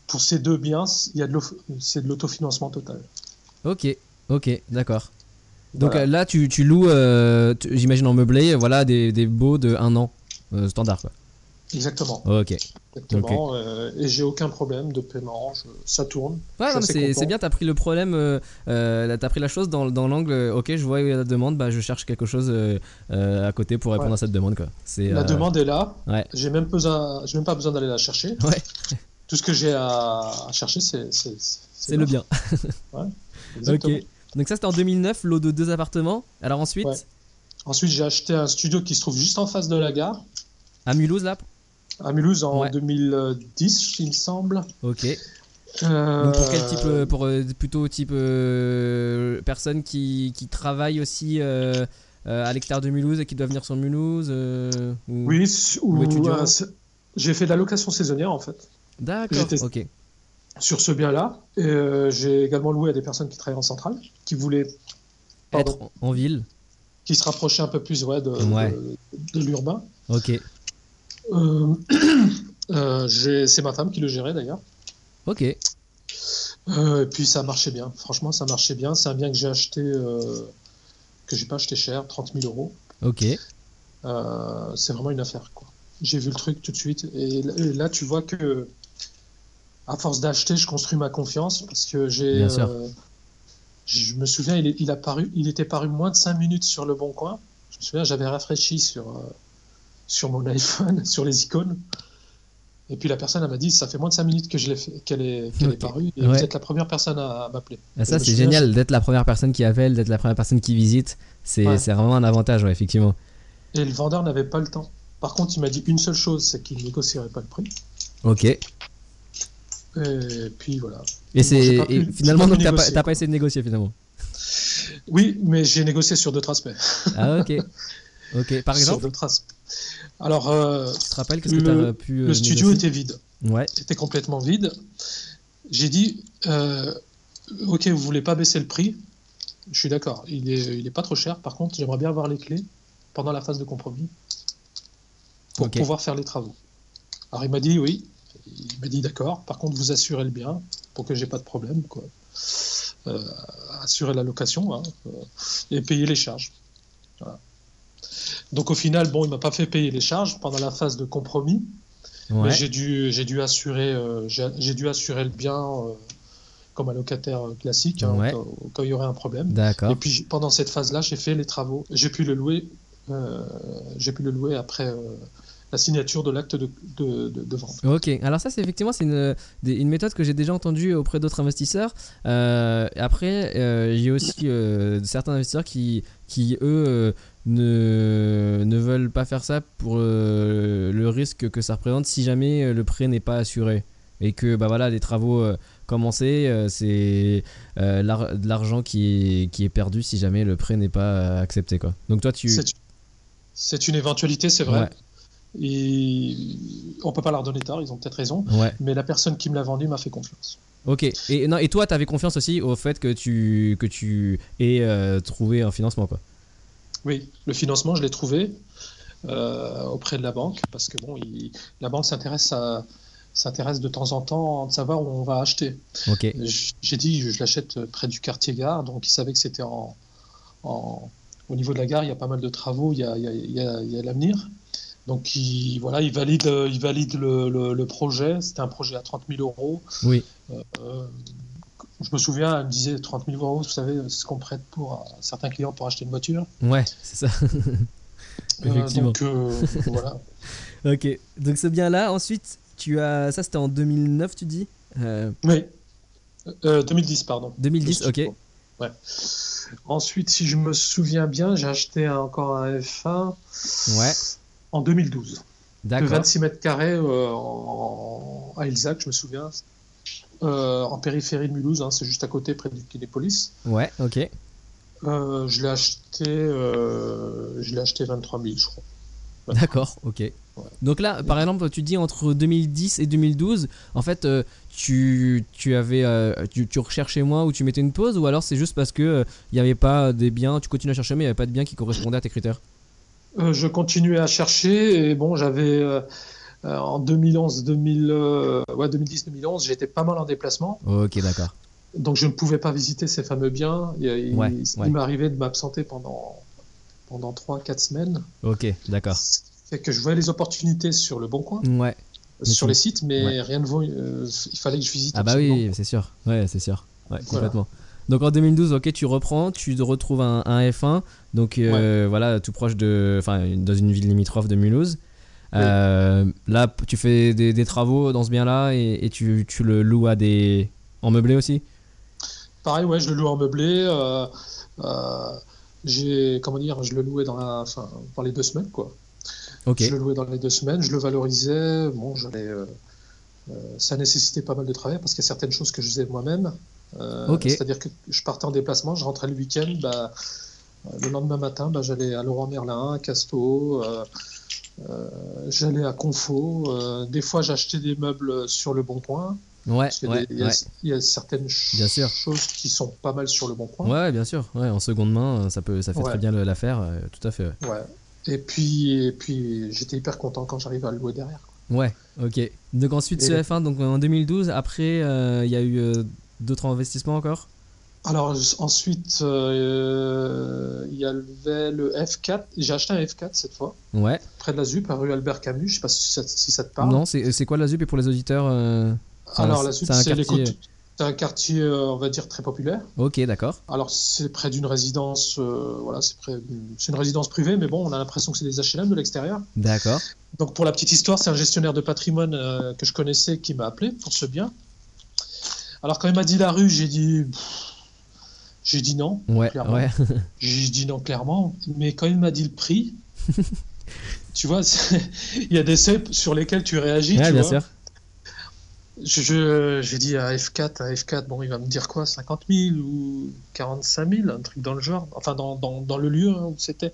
pour ces deux biens, c- il y a de l'off- c'est de l'autofinancement total.
Ok. Ok. D'accord. Donc
Voilà.
euh, là tu, tu loues euh, tu- j'imagine en meublé euh, voilà des, des baux de un an euh, standard quoi.
Exactement.
Ok.
exactement euh, et j'ai aucun problème de paiement. je- ça tourne.
Ouais,
Je
non, mais
suis
c'est
content.
c'est bien, t'as pris le problème, euh, euh, là, t'as pris la chose dans, dans l'angle, euh, ok, je vois la demande, bah, je cherche quelque chose euh, euh, à côté pour répondre
Ouais.
à cette demande. Quoi. C'est,
La
euh,
demande est là.
ouais.
J'ai même, besoin- j'ai même pas besoin d'aller la chercher.
Ouais.
Tout ce que j'ai à, à chercher, c'est. c'est- c'est-
C'est le bien.
Exactement.
Ok. Donc ça, c'était en 2009, lot de deux appartements. Alors ensuite,
Ouais. Ensuite, j'ai acheté un studio qui se trouve juste en face de la gare.
à Mulhouse, là.
à Mulhouse en
Ouais.
2010, il me semble.
Ok.
Euh,
Donc pour quel type euh, Pour euh, plutôt type euh, personne qui, qui travaille aussi euh, euh, à l'extérieur de Mulhouse et qui doit venir sur Mulhouse euh, ou-
Oui, s- ou,
ou étudiant
euh, c'est- j'ai fait de la location saisonnière en fait
D'accord.
j'étais-
Ok.
sur ce bien-là. Et, euh, j'ai également loué à des personnes qui travaillent en centrale, qui voulaient, pardon,
Être en- en ville.
qui se rapprochaient un peu plus ouais, de,
Ouais.
de, de l'urbain.
Ok.
Euh, euh, j'ai- c'est ma femme qui le gérait d'ailleurs.
Ok.
Euh, et puis ça marchait bien. Franchement, ça marchait bien. C'est un bien que j'ai acheté, euh, que j'ai pas acheté cher, 30 000 euros.
Ok.
Euh, c'est vraiment une affaire. quoi. J'ai vu le truc tout de suite. Et, l- et là, tu vois que, à force d'acheter, je construis ma confiance parce que j'ai.
Bien sûr.
euh, je me souviens, il, est- il a paru, il était paru moins de 5 minutes sur le bon coin. Je me souviens, j'avais rafraîchi sur, euh, sur mon iPhone, sur les icônes. Et puis la personne, elle m'a dit, ça fait moins de 5 minutes que je l'ai fait- qu'elle est, qu'elle est
Ok.
parue. Et
Ouais.
vous êtes la première personne à, à m'appeler.
Ah, ça,
Et Euh, je
c'est
me souviens,
génial d'être la première personne qui appelle, d'être la première personne qui visite. C'est
Ouais.
c'est vraiment un avantage, ouais, effectivement.
Et le vendeur n'avait pas le temps. Par contre, il m'a dit une seule chose, c'est qu'il négocierait pas le prix.
Ok. Et,
Et puis voilà.
c'est
j'ai pas pu-
et
j'ai
finalement,
pas pu
donc, t'as pas,
négocier,
t'as pas
quoi.
essayé de négocier finalement.
Oui, mais j'ai négocié sur d'autres aspects.
Ah, ok. Ok. Par
Sur
exemple,
d'autres aspects. Alors, euh,
tu te rappelles qu'est-ce que
le-
t'as euh, pu. euh,
le studio
négocier
était vide,
Ouais.
était complètement vide. J'ai dit, euh, ok, vous voulez pas baisser le prix Je suis d'accord, il est, il est pas trop cher. Par contre, j'aimerais bien avoir les clés pendant la phase de compromis pour
Ok.
pouvoir faire les travaux. Alors, il m'a dit oui, il m'a dit d'accord. Par contre, vous assurez le bien pour que j'ai pas de problème, quoi. Euh, assurer la location hein, euh, et payer les charges. Voilà. Donc au final, bon, il m'a pas fait payer les charges pendant la phase de compromis. Mais
Ouais.
J'ai dû, j'ai dû assurer, euh, j'ai j'ai dû assurer le bien euh, comme un locataire euh, classique hein,
Ouais.
quand, quand il y aurait un problème. Et
D'accord.
puis j'ai- pendant cette phase-là, j'ai fait les travaux. J'ai pu le louer, euh, j'ai pu le louer après euh, la signature de l'acte de, de- de- de vente.
Ok, alors ça c'est effectivement c'est une, des- une méthode que j'ai déjà entendue auprès d'autres investisseurs. Euh, après, euh, j'ai aussi euh, certains investisseurs qui, qui eux euh, ne, ne veulent pas faire ça pour euh, le risque que ça représente si jamais euh, le prêt n'est pas assuré et que bah voilà les travaux euh, commencés euh, c'est euh, l'ar- de l'argent qui est, qui est perdu si jamais le prêt n'est pas euh, accepté quoi. Donc toi tu
C'est- C'est une éventualité, c'est vrai.
Ouais.
Et on peut pas leur donner tard, ils ont peut-être raison.
ouais
Mais la personne qui me l'a vendu m'a fait confiance.
Ok, et, non, et toi, t'avais confiance aussi au fait que tu, que tu aies euh, trouvé un financement, quoi.
Oui, le financement, je l'ai trouvé euh, auprès de la banque parce que bon, il- la banque s'intéresse à- s'intéresse de temps en temps de savoir où on va acheter.
Ok,
J- J'ai dit, je, je l'achète près du quartier gare, donc ils savaient que c'était en, en- au niveau de la gare, il y a pas mal de travaux, il y a, il y a- il y a- il y a l'avenir. Donc ils, voilà, ils valident, euh, ils valident le, le- le projet. C'était un projet à 30 000 euros.
Oui.
Euh, euh, je me souviens, elle me disait 30 000 euros, vous savez, ce qu'on prête pour euh, certains clients pour acheter une voiture.
Ouais, c'est ça.
Euh,
Effectivement.
donc euh, voilà.
ok, donc c'est bien là. Ensuite, tu as. Ça, c'était en 2009, tu dis Euh,
Oui. Euh, 2010, pardon.
2010, ok.
Ouais. Ensuite, si je me souviens bien, j'ai acheté un- encore un F1
Ouais,
en 2012. De
d'accord.
26 mètres carrés euh, en- à Ilzac, je me souviens. Euh, en périphérie de Mulhouse, hein, c'est juste à côté, près du quai des polices.
Ouais, ok.
Euh, je l'ai acheté, euh, je l'ai acheté 23 000, je crois.
D'accord, ok. Donc là, par exemple, tu dis entre 2010 et 2012, en fait, euh, tu, tu avais, euh, tu, tu recherchais moins ou tu mettais une pause, ou alors c'est juste parce que euh, il n'y avait pas des biens, tu continues à chercher, mais il n'y avait pas de biens qui correspondaient à tes critères.
Euh, je continuais à chercher et bon, j'avais euh, euh, en 2011, 2000, euh, ouais, 2010-2011, j'étais pas mal en déplacement,
Ok, d'accord.
donc je ne pouvais pas visiter ces fameux biens. Il, il-
Ouais,
il
ouais.
m'arrivait de m'absenter pendant pendant trois, quatre semaines.
Ok, d'accord.
Ce qui fait que je voyais les opportunités sur le bon coin, euh,
Ouais. Mais tu-
sur les sites, mais
ouais.
rien ne vaut. euh, il fallait que je visite.
Ah bah
absolument.
oui, c'est sûr. Ouais, c'est sûr. Ouais,
Voilà.
complètement. Donc en 2012, ok, tu reprends, tu te retrouves un, un F1, donc euh, voilà, tout proche de, enfin, une- dans une ville limitrophe de Mulhouse. Euh, Là, p- tu fais des, des travaux dans ce bien-là et, et tu, tu le loues à des en meublé aussi.
Pareil, ouais, je le loue en meublé. euh, euh, j'ai comment dire, je le louais dans la, enfin, dans les deux semaines, quoi.
Ok.
Je le louais dans les deux semaines, je le valorisais. Bon, j'allais, euh, euh, ça nécessitait pas mal de travail parce qu'il y a certaines choses que je faisais moi-même. Euh,
Ok.
C'est-à-dire que je partais en déplacement, je rentrais le week-end, bah, euh, le lendemain matin, bah, j'allais à Laurent Merlin, à Casto, euh, euh, j'allais à Confo. euh, des fois, j'achetais des meubles sur le Bon Coin.
Ouais,
Parce qu'il y a,
ouais,
des- il y a-
ouais.
il y a certaines ch-
Bien sûr.
choses qui sont pas mal sur le Bon Coin.
Ouais, ouais, bien sûr. Ouais, en seconde main, euh, ça peut, ça fait
Ouais.
très bien le- l'affaire. euh, Tout à fait. ouais.
Ouais. Et puis, et puis j'étais hyper content quand j'arrivais à le louer derrière.
Ouais, ok. Donc ensuite, ce
Et-
F1, donc en 2012, après, euh, il y a eu euh, d'autres investissements encore.
Alors j- ensuite, euh, il y avait le F4. J'ai acheté un F4 cette fois,
Ouais.
près de la ZUP, à rue Albert Camus. Je sais pas si ça, si ça te parle.
Non, c'est c'est quoi la ZUP et pour les auditeurs euh, c'est
Alors
un-
la ZUP,
c'est un
c'est les
quartier-
côtes- c'est un quartier, euh, on va dire, très populaire.
Ok, d'accord.
Alors c'est près d'une résidence, euh, voilà, c'est près d'une- c'est une résidence privée, mais bon, on a l'impression que c'est des HLM de l'extérieur.
D'accord.
Donc pour la petite histoire, c'est un gestionnaire de patrimoine euh, que je connaissais qui m'a appelé pour ce bien. Alors quand il m'a dit la rue, j'ai dit, pff, j'ai dit non.
Ouais,
Clairement.
ouais.
J'ai dit non clairement, mais quand il m'a dit le prix, tu vois, c'est- il y a des cèpes sur lesquels tu réagis.
Ouais,
tu
bien
vois.
sûr.
Je- je- J'ai dit à F4, à F4, bon, il va me dire quoi, 50 000 ou 45 000, un truc dans le genre, enfin dans, dans- dans le lieu hein, où c'était.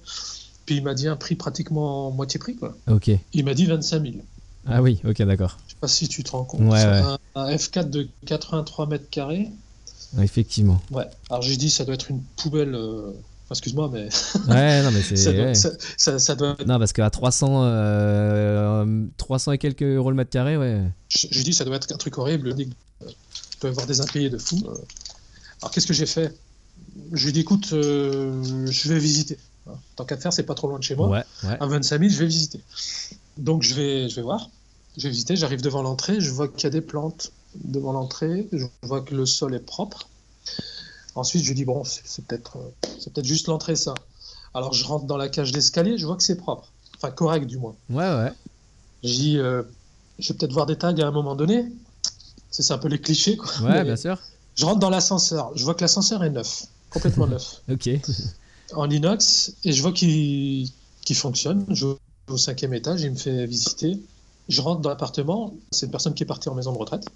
Puis il m'a dit un prix pratiquement moitié prix, quoi.
Ok.
Il m'a dit 25 000.
Ah oui, ok, d'accord.
Je sais pas si tu te rends compte.
Ouais, ouais.
Un, un F4 de 83 mètres carrés.
Effectivement.
Ouais. Alors j'ai dit, ça doit être une poubelle. euh, Excuse-moi, mais
Ouais, non, mais c'est.
ça doit,
ouais.
ça- ça- ça doit
Non, parce qu'à 300, euh, 300 et quelques euros le mètre carré, ouais.
Je- J'ai dit, ça doit être un truc horrible. Nick, euh, Il doit y avoir des impayés de fou. Euh, Alors, qu'est-ce que j'ai fait Je lui ai dit, écoute, euh, je vais visiter. Hein, Tant qu'à faire, c'est pas trop loin de chez moi.
Ouais, ouais.
À 25 000, je vais visiter. Donc, je vais, je vais voir. Je vais visiter, j'arrive devant l'entrée, je vois qu'il y a des plantes devant l'entrée, je vois que le sol est propre. Ensuite, je lui dis, bon, c'est c'est peut-être euh, c'est peut-être juste l'entrée, ça. Alors, je rentre dans la cage d'escalier, je vois que c'est propre. Enfin, correct, du moins.
Ouais, ouais.
J'ai dit, euh, je vais peut-être voir des tags à un moment donné. Ça, C'est un peu les clichés. Quoi.
Ouais, bah,
Mais
bien sûr.
Je rentre dans l'ascenseur. Je vois que l'ascenseur est neuf, complètement neuf,
Ok.
en inox. Et je vois qu'il qu'il fonctionne. Je vais au cinquième étage, il me fait visiter. Je rentre dans l'appartement. C'est une personne qui est partie en maison de retraite.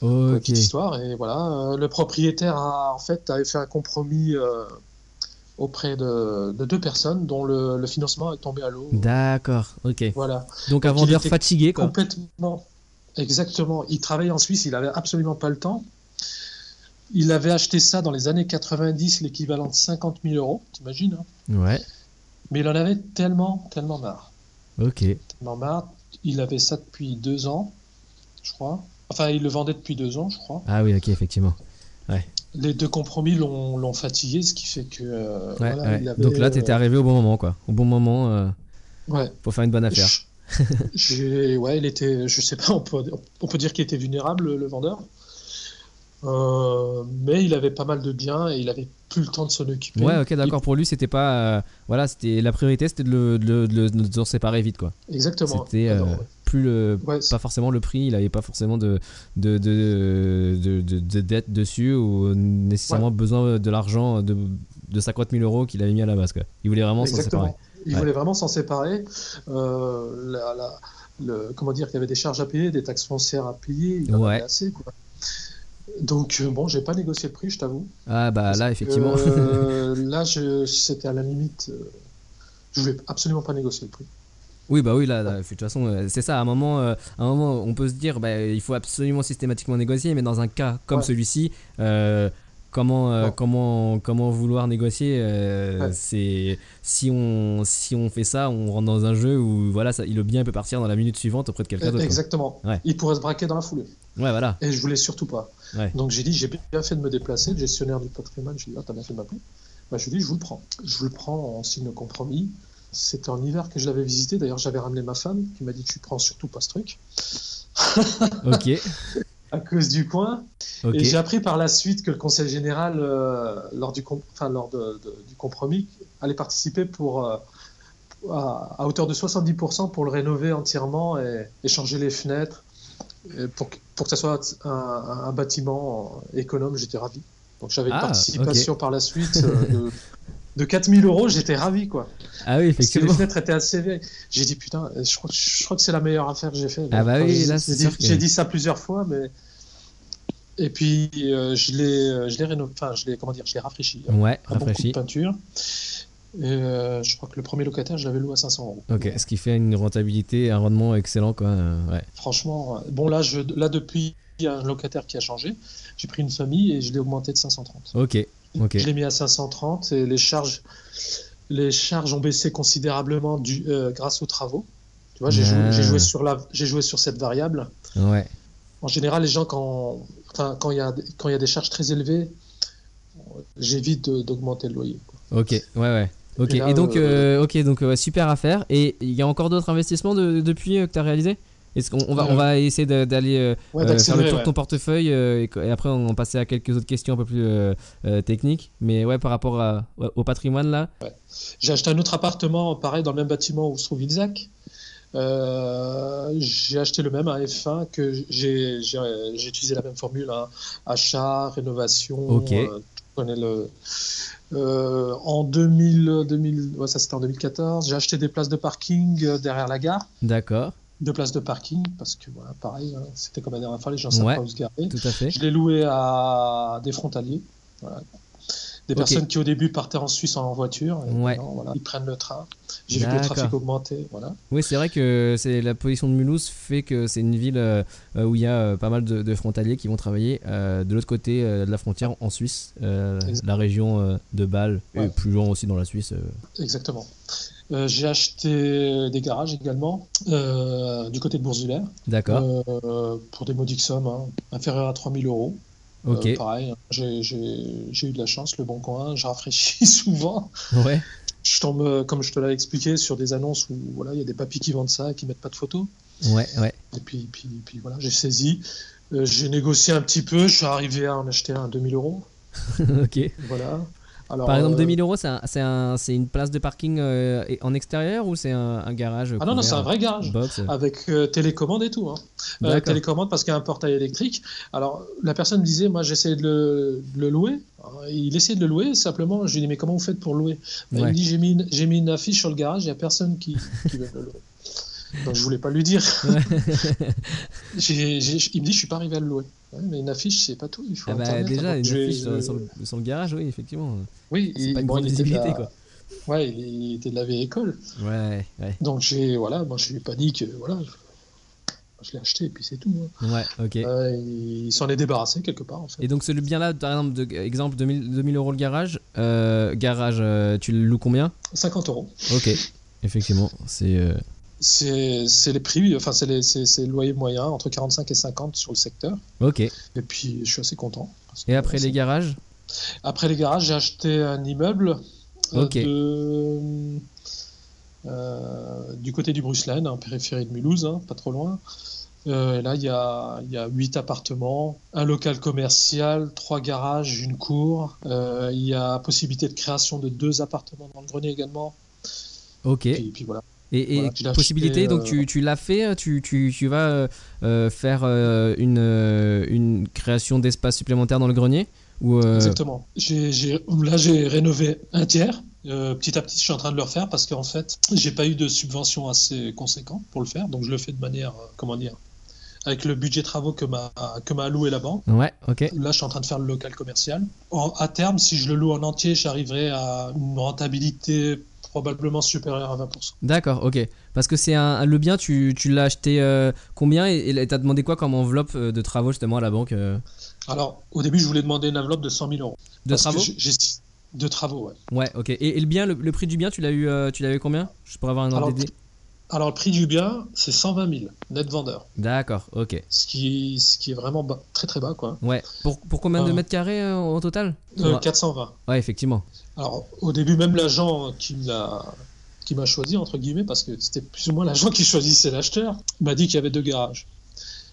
Pour la
Ok.
Petite histoire. Et voilà. Euh, le propriétaire a, en fait, avait fait un compromis euh, auprès de, de deux personnes dont le, le financement est tombé à l'eau.
D'accord, ok.
Voilà.
Donc un
Donc, il
vendeur
était
fatigué, quoi.
Complètement. Exactement. Il travaillait en Suisse, il avait absolument pas le temps. Il avait acheté ça dans les années 90, l'équivalent de 50 000 euros, t'imagines hein
Ouais,
Mais il en avait tellement, tellement marre.
ok.
Tellement marre. Il avait ça depuis deux ans, je crois. Enfin, il le vendait depuis deux ans, je crois.
Ah oui, ok, effectivement.
Les deux compromis l'ont l'ont fatigué, ce qui fait que. euh,
Ouais,
voilà,
ouais.
il avait,
Donc là, t'étais
euh,
arrivé au bon moment, quoi. Au bon moment euh,
Ouais.
pour faire une bonne affaire.
J'ai- ouais, il était, je sais pas, on peut, on peut dire qu'il était vulnérable, le vendeur. Euh, mais il avait pas mal de biens et il avait plus le temps de s'en occuper.
Ouais, ok, d'accord. Pour lui, c'était pas. euh, voilà, c'était la priorité, c'était de le- de le- de le- de s'en séparer vite, quoi.
Exactement.
C'était euh,
Alors,
plus le,
ouais, c'est-
pas forcément le prix, il avait pas forcément de, de, de, de, de- de dette dessus ou nécessairement besoin de l'argent de, de 50 000 euros qu'il avait mis à la base. Quoi. Il voulait vraiment s'en séparer.
Exactement. Il
Ouais.
voulait vraiment s'en séparer. Euh, la- la- le- comment dire qu'il y avait des charges à payer, des taxes foncières à payer. Il en
Ouais.
avait assez, quoi. Donc euh, bon, j'ai pas négocié le prix, je t'avoue.
Ah bah
Parce
là,
que,
effectivement.
euh, là, je- c'était à la limite. euh, je voulais absolument pas négocier le prix.
oui, bah oui, là, là, de toute façon, euh, c'est ça. À un, moment, euh, à un moment, on peut se dire, bah, il faut absolument systématiquement négocier, mais dans un cas comme
Ouais.
celui-ci, euh, comment, euh,
Non.
comment, comment vouloir négocier euh,
Ouais.
c'est Si on, si on fait ça, on rentre dans un jeu où voilà, ça, le bien peut partir dans la minute suivante auprès de quelqu'un d'autre. quoi.
Exactement.
Ouais.
Il pourrait se braquer dans la foulée.
Ouais, voilà.
Et je voulais surtout pas.
Ouais.
Donc j'ai dit, j'ai bien fait de me déplacer. Le gestionnaire du patrimoine, j'ai dit, ah, t'as bien fait de m'appeler. Bah, je lui ai dit, je vous le prends. Je vous le prends en signe de compromis. C'était en hiver que je l'avais visité. D'ailleurs, j'avais ramené ma femme qui m'a dit, tu prends surtout pas ce truc
Ok,
à cause du coin.
ok.
Et j'ai appris par la suite que le conseil général, euh, lors, du, com- enfin, lors de- de- du compromis, allait participer pour, euh, à, à hauteur de 70% pour le rénover entièrement et, et changer les fenêtres et pour, que- pour que ça soit un, un bâtiment économe. J'étais ravi. Donc j'avais une
Ah,
participation par la suite euh, de, de 4000 euros. J'étais ravi quoi.
Ah oui,
Parce que les
effectivement.
fenêtres étaient assez vieilles. J'ai dit putain, je crois, je crois que c'est la meilleure affaire que j'ai fait.
Ah bah
Enfin,
oui,
j'ai-
là,
j'ai
c'est
dit-
sûr que-
J'ai dit ça plusieurs fois, mais et puis euh, je l'ai, euh, je l'ai rénové, enfin je l'ai, comment dire, je l'ai rafraîchi. Euh, Un
Ouais,
bon coup de
rafraîchi.
peinture. Et, euh, je crois que le premier locataire, je l'avais loué à 500 euros.
Ok, ce qui fait une rentabilité, un rendement excellent, quoi. euh, Ouais.
Franchement, euh, bon là, je, là depuis, il y a un locataire qui a changé. J'ai pris une famille et je l'ai augmenté de 530.
Ok, ok.
Je l'ai mis à 530 et les charges, les charges ont baissé considérablement du, euh, grâce aux travaux. Tu vois, j'ai
Ah.
joué, j'ai joué sur la, j'ai joué sur cette variable.
Ouais.
En général, les gens quand, enfin, quand il y a, quand il y a des charges très élevées, j'évite de- d'augmenter le loyer. quoi.
Ok, ouais, ouais. Ok, et,
Et là,
donc,
euh,
euh, ok, donc ouais, super affaire. Et il y a encore d'autres investissements de- depuis euh, que tu as réalisé Est-ce qu'on on va, on
Euh,
va essayer de- d'aller euh,
Ouais,
euh, faire
d'accélérer,
le tour de
ouais.
ton portefeuille euh, et, que- et après on passait à quelques autres questions un peu plus euh, euh, techniques. Mais ouais, par rapport à- ouais, au patrimoine là.
J'ai acheté un autre appartement, pareil, dans le même bâtiment où se trouve Isaac. Euh, j'ai acheté le même, un F1, que j'ai j'ai- j'ai utilisé la même formule, hein. achat, rénovation.
Ok.
euh, tu connais le... Euh, en 2000, 2000 ouais, ça c'était en 2014, j'ai acheté des places de parking euh, derrière la gare.
D'accord,
Deux places de parking, parce que voilà, pareil, hein, c'était comme la dernière fois, les gens ne savent
Ouais.
pas où se garer.
tout à fait.
Je l'ai loué à des frontaliers. voilà. Des
Ok.
personnes qui au début partaient en Suisse en voiture, et
Ouais.
maintenant, voilà, ils prennent le train. J'ai vu que le
D'accord.
trafic augmentait, voilà.
Oui, c'est vrai que c'est la position de Mulhouse fait que c'est une ville euh, euh, où il y a euh, pas mal de, de frontaliers qui vont travailler euh, de l'autre côté euh, de la frontière en Suisse, euh,
Exact.
la région euh, de Bâle et
Ouais.
plus loin aussi dans la Suisse. euh.
Exactement. Euh, j'ai acheté des garages également euh, du côté de Boursulaire
D'accord.
euh, pour des modiques sommes hein, inférieures à 3000 euros. Euh,
ok.
pareil, hein, j'ai- j'ai j'ai eu de la chance, le bon coin, je rafraîchis souvent.
ouais.
Je tombe, euh, comme je te l'avais expliqué, sur des annonces où voilà, il y a des papis qui vendent ça et qui mettent pas de photos.
Ouais. Ouais.
Et puis, puis, puis voilà, j'ai saisi. Euh, j'ai négocié un petit peu. Je suis arrivé à en acheter un à 2000 euros.
ok.
Voilà. Alors,
Par exemple,
euh,
2000 euros, c'est un- c'est un- c'est une place de parking euh, et- en extérieur ou c'est un, un garage
Ah non, non, c'est un vrai garage.
Box.
Avec euh, télécommande et tout. Hein. Euh,
Bah. D'accord.
télécommande parce qu'il y a un portail électrique. Alors, la personne me disait, moi, j'essayais de le, de le louer. Alors, Il essayait de le louer, simplement, je lui dis, mais comment vous faites pour louer Ben, Il
Ouais.
me dit, j'ai mis, une- j'ai mis une affiche sur le garage, il n'y a personne qui, qui veut le louer. Donc, je voulais pas lui dire.
Eh
J'ai- j'ai- il me dit, je suis pas arrivé à le louer. Ouais, mais une affiche, c'est pas tout. Il faut
Ah bah,
Internet,
déjà,
hein.
une
Je vais-
affiche sur,
je-
sur le, sur le garage, oui, effectivement.
Oui,
Ah, C'est
et
pas une
bon,
grande
il était de
visibilité,
la-
quoi.
Ouais, il, il était de la vieille école.
Ouais, ouais,
Donc j'ai voilà, moi je lui ai pas dit que voilà, je- je l'ai acheté et puis c'est tout. hein.
ouais, ok.
Euh, il il s'en est débarrassé quelque part en fait.
Et donc, ce bien-là, par exemple, de, exemple 2000, 2000 euros le garage, euh, garage, euh, tu le loues combien
50 euros.
Ok, effectivement, c'est. euh,
C'est c'est les prix, enfin c'est les, c'est- c'est le loyer moyen entre 45 et 50 sur le secteur.
Ok.
Et puis je suis assez content. parce que,
Et après les
c'est-
garages
Après les garages, j'ai acheté un immeuble euh,
Ok.
de- euh, du côté du Bruxelles, en périphérie de Mulhouse, hein, pas trop loin. Euh, et là, il y a, il y a 8 appartements, un local commercial, trois garages, une cour. Euh, il y a possibilité de création de deux appartements dans le grenier également.
Ok.
Et puis voilà.
Et, et
Voilà, tu l'as
possibilité,
acheté,
donc
euh,
tu, tu l'as fait, hein, tu, tu, tu vas euh, euh, faire euh, une, euh, une création d'espace supplémentaire dans le grenier ou euh,
Exactement. J'ai- j'ai- là, j'ai rénové un tiers. Euh, petit à petit, je suis en train de le refaire parce qu'en fait, j'ai pas eu de subvention assez conséquente pour le faire, donc je le fais de manière, euh, comment dire, avec le budget travaux que m'a que m'a alloué la banque.
Ouais, ok.
Là, je suis en train de faire le local commercial. En- à terme, si je le loue en entier, j'arriverai à une rentabilité probablement supérieure à 20%.
D'accord, ok. Parce que c'est un le bien, tu, tu l'as acheté euh, combien et et t'as demandé quoi comme enveloppe euh, de travaux justement à la banque euh,
Alors, au début, je voulais demander une enveloppe de 100 000 euros.
de
Parce que
travaux
j'ai- j'ai- De travaux, ouais.
Ouais, ok. Et, et le bien, le, le prix du bien, tu l'as eu, euh, tu l'as eu combien Je pourrais avoir un ordre
Alors,
d'idée.
Alors, le prix du bien, c'est 120 000 net vendeur,
D'accord, ok.
ce qui, ce qui est vraiment bas- très très bas, quoi.
Ouais. Pour, pour combien de
Ah.
mètres carrés euh, au total
Euh,
Ouais.
420.
Ouais, effectivement.
Alors, au début, même l'agent qui me l'a- qui m'a choisi, entre guillemets, parce que c'était plus ou moins l'agent qui choisissait l'acheteur, m'a dit qu'il y avait deux garages.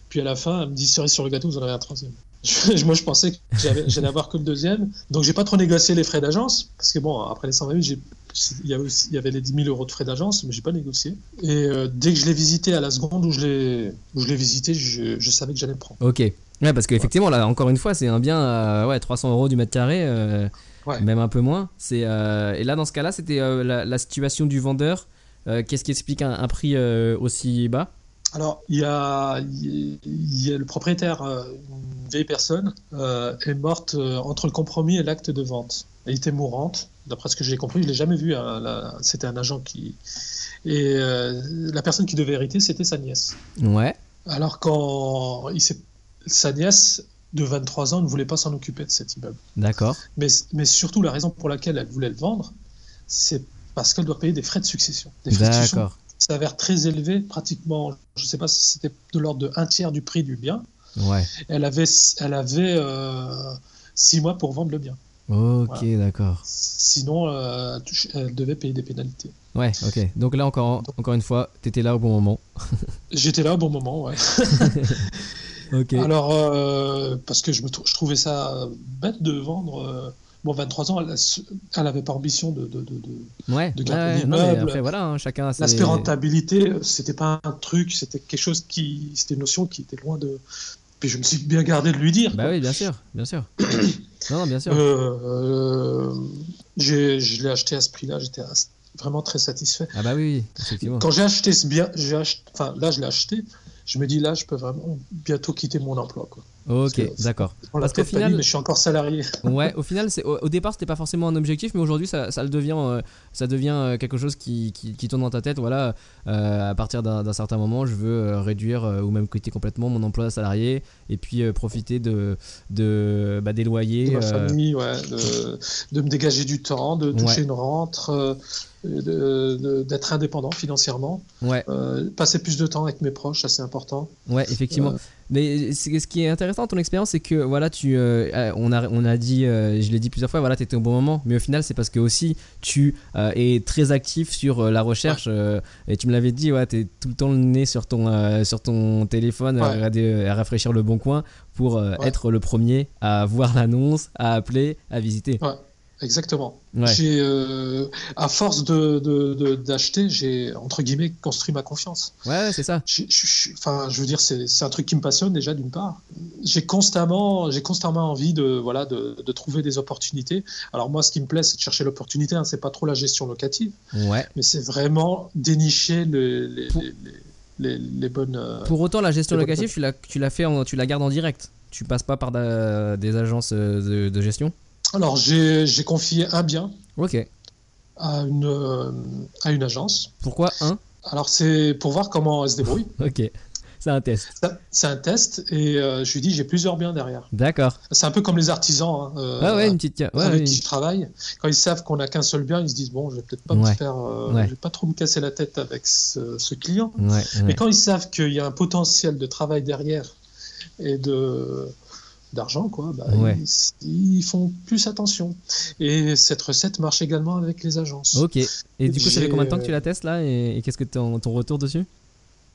Puis à la fin, elle me dit cerise sur le gâteau, vous en avez un troisième. Je- Moi, je pensais que j'avais- j'allais avoir que le deuxième. Donc, j'ai pas trop négocié les frais d'agence, parce que bon, après les 120 000, j'ai- il y, avait aussi- il y avait les 10 000 euros de frais d'agence, mais j'ai pas négocié. Et euh, dès que je l'ai visité, à la seconde où je l'ai où je l'ai visité, je, je savais que j'allais le prendre.
Ok. Ouais, parce qu'effectivement, là, encore une fois, c'est un bien à ouais, 300 euros du mètre carré, euh,
Ouais.
même un peu moins. C'est euh, Et là, dans ce cas-là, c'était euh, la, la situation du vendeur. Euh, Qu'est-ce qui explique un, un prix euh, aussi bas
Alors, il y a, il y a le propriétaire, euh, une vieille personne, euh, est morte euh, entre le compromis et l'acte de vente. Elle était mourante, d'après ce que j'ai compris, je l'ai jamais vue. hein, la- c'était un agent qui. Et euh, la personne qui devait hériter, c'était sa nièce.
Ouais.
Alors, quand il s'est- sa nièce de 23 ans ne voulait pas s'en occuper de cet immeuble.
D'accord.
Mais, mais surtout, la raison pour laquelle elle voulait le vendre, c'est parce qu'elle doit payer des frais de succession. Des frais de succession
D'accord.
qui s'avère très élevé, pratiquement, je ne sais pas si c'était de l'ordre de un tiers du prix du bien.
Ouais.
Elle avait, elle avait euh, six mois pour vendre le bien.
Ok, d'accord.
Sinon, euh, tu- elle devait payer des pénalités.
Ouais, ok. Donc là, encore, encore une fois, t'étais là au bon moment.
J'étais là au bon moment, ouais.
Ok.
Alors, euh, parce que je, me trou- je trouvais ça bête de vendre. euh, bon, 23 ans, elle n'avait pas ambition de. de, de, de-
Ouais,
de
ouais,
garder
ouais, non, mais
l'immeuble.
après voilà, hein, chacun a ses...
L'aspect rentabilité, euh, c'était pas un truc, c'était quelque chose qui. C'était une notion qui était loin de. Puis je me suis bien gardé de lui dire.
Bah oui, bien sûr, bien sûr. non, non, bien sûr.
Euh, euh, j'ai- je l'ai acheté à ce prix-là, j'étais as- vraiment très satisfait.
Ah bah oui, oui, effectivement.
Quand j'ai acheté ce bien, j'ai ach- enfin là je l'ai acheté, je me dis là je peux vraiment bientôt quitter mon emploi. Quoi.
Ok,
parce que-
d'accord.
On l'a
Parce qu'au
peut-être pas
final-
dit, mais je suis encore salarié.
Ouais, au final, c'est au, au départ, c'était pas forcément un objectif, mais aujourd'hui, ça, ça le devient, euh, ça devient euh, quelque chose qui, qui, qui tourne dans ta tête. Voilà, euh, à partir d'un d'un certain moment, je veux euh, réduire euh, ou même quitter complètement mon emploi salarié et puis euh, profiter de, de bah, des loyers.
de ma
euh,
famille, ouais, de, de me dégager du temps, de toucher
Ouais.
une rente, euh, de- de- d'être indépendant financièrement,
Ouais,
euh, passer plus de temps avec mes proches, ça, c'est important.
ouais, effectivement.
Euh,
Mais c'est- ce qui est intéressant dans ton expérience, c'est que voilà, tu, euh, euh, on, a, on a dit, euh, je l'ai dit plusieurs fois, voilà, t'étais au bon moment. Mais au final, c'est parce que aussi tu euh, es très actif sur euh, la recherche. euh, et tu me l'avais dit, ouais, t'es tout le temps le nez sur ton, euh, sur ton téléphone à,
Ouais.
regarder- à rafraîchir le bon coin pour euh,
Ouais.
être le premier à voir l'annonce, à appeler, à visiter.
Exactement.
Ouais.
J'ai, euh, à force de- de- de- d'acheter, j'ai entre guillemets construit ma confiance.
Ouais, ouais, c'est ça.
je, je- je- enfin, je veux dire, c'est c'est un truc qui me passionne déjà d'une part. J'ai constamment, j'ai constamment envie de, voilà, de, de trouver des opportunités. Alors moi, ce qui me plaît, c'est de chercher l'opportunité. Hein, c'est pas trop la gestion locative,
Ouais.
mais c'est vraiment dénicher les, les, les- les- les bonnes. euh,
Pour autant, la gestion
C'est bon.
locative, tu la, tu la fais, en- tu la gardes en direct. Tu passes pas par da- des agences euh, de, de gestion.
Alors j'ai j'ai confié un bien
Ok.
à une euh, à une agence.
Pourquoi un
Alors c'est pour voir comment elle se débrouille.
Ok, c'est un test.
Ça- C'est un test et euh, je lui dis j'ai plusieurs biens derrière.
D'accord.
C'est un peu comme les artisans. hein, euh,
Ah ouais, une petite. ca- Ouais,
avec
ouais,
qui je travaille, quand ils savent qu'on n'a qu'un seul bien, ils se disent bon, je vais peut-être pas
Ouais.
me faire, euh,
Ouais.
je vais pas trop me casser la tête avec ce, ce client.
ouais,
Mais
ouais.
quand ils savent qu'il y a un potentiel de travail derrière et de d'argent, quoi, bah,
Ouais.
ils, ils font plus attention. Et cette recette marche également avec les agences.
Ok. Et du coup, ça fait
J'ai-
combien de temps que tu la testes là et, et qu'est-ce que ton, ton retour dessus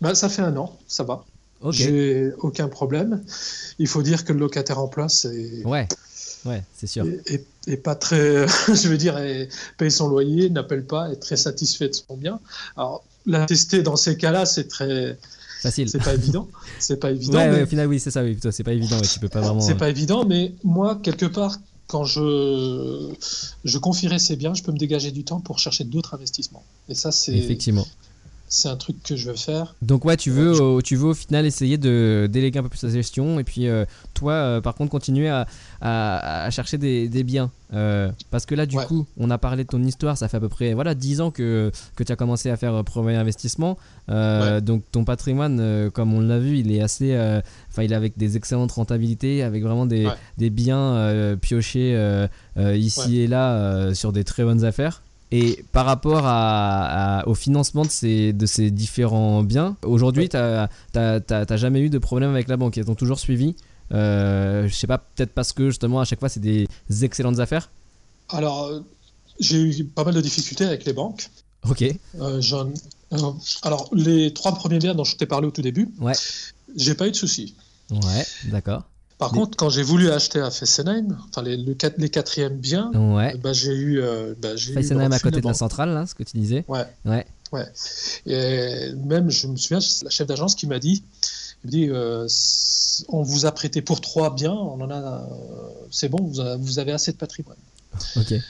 Bah, ça fait un an, ça va.
Ok.
J'ai aucun problème. Il faut dire que le locataire en place est,
Ouais, ouais, c'est sûr.
est- est- est pas très, je veux dire, est- paye son loyer, n'appelle pas, est très satisfait de son bien. Alors, l'attester dans ces cas-là, c'est très,
Facile.
c'est pas évident. C'est pas évident.
Ouais,
mais-
ouais, au final, oui, c'est ça, oui. Toi, c'est pas évident, ouais, tu peux pas vraiment. euh,
C'est pas évident, mais moi, quelque part, quand je, je confierai ces biens, je peux me dégager du temps pour chercher d'autres investissements. Et ça, c'est
Effectivement.
c'est un truc que je veux faire.
Donc ouais, tu veux,
Ouais, je-
au- tu veux au final essayer de déléguer un peu plus la gestion et puis euh, toi, euh, par contre, continuer à, à- à chercher des, des biens. Euh, parce que là, du
Ouais.
coup, on a parlé de ton histoire, ça fait à peu près voilà 10 ans que, que tu as commencé à faire euh, premier investissement. Euh, Donc ton patrimoine, euh, comme on l'a vu, il est assez, euh, enfin, il est avec des excellentes rentabilités, avec vraiment des,
Ouais.
des biens euh, piochés euh, euh, ici et là euh, sur des très bonnes affaires. Et par rapport à, à- au financement de ces, de ces différents biens, aujourd'hui, t'as t'as- t'as- t'as jamais eu de problème avec la banque. Ils t'ont toujours suivi. Euh, je sais pas, peut-être parce que justement, à chaque fois, c'est des excellentes affaires.
Alors, euh, j'ai eu pas mal de difficultés avec les banques.
Ok,
Euh, j'en- euh, alors, les trois premiers biens dont je t'ai parlé au tout début,
Ouais.
j'ai pas eu de soucis.
ouais, d'accord.
Par
Mais-
contre, quand j'ai voulu acheter à Fessenheim, enfin les, le quat- les quatrièmes biens,
Ouais.
bah, j'ai eu, euh, bah, j'ai eu le
Fessenheim à
refus
côté de la
banque.
centrale, là, ce que tu disais.
Ouais.
Ouais.
Et même, je me souviens, la chef d'agence qui m'a dit, elle me dit euh, on vous a prêté pour trois biens, on en a, euh, c'est bon, vous, a- vous avez assez de patrimoine.
Ok.
Et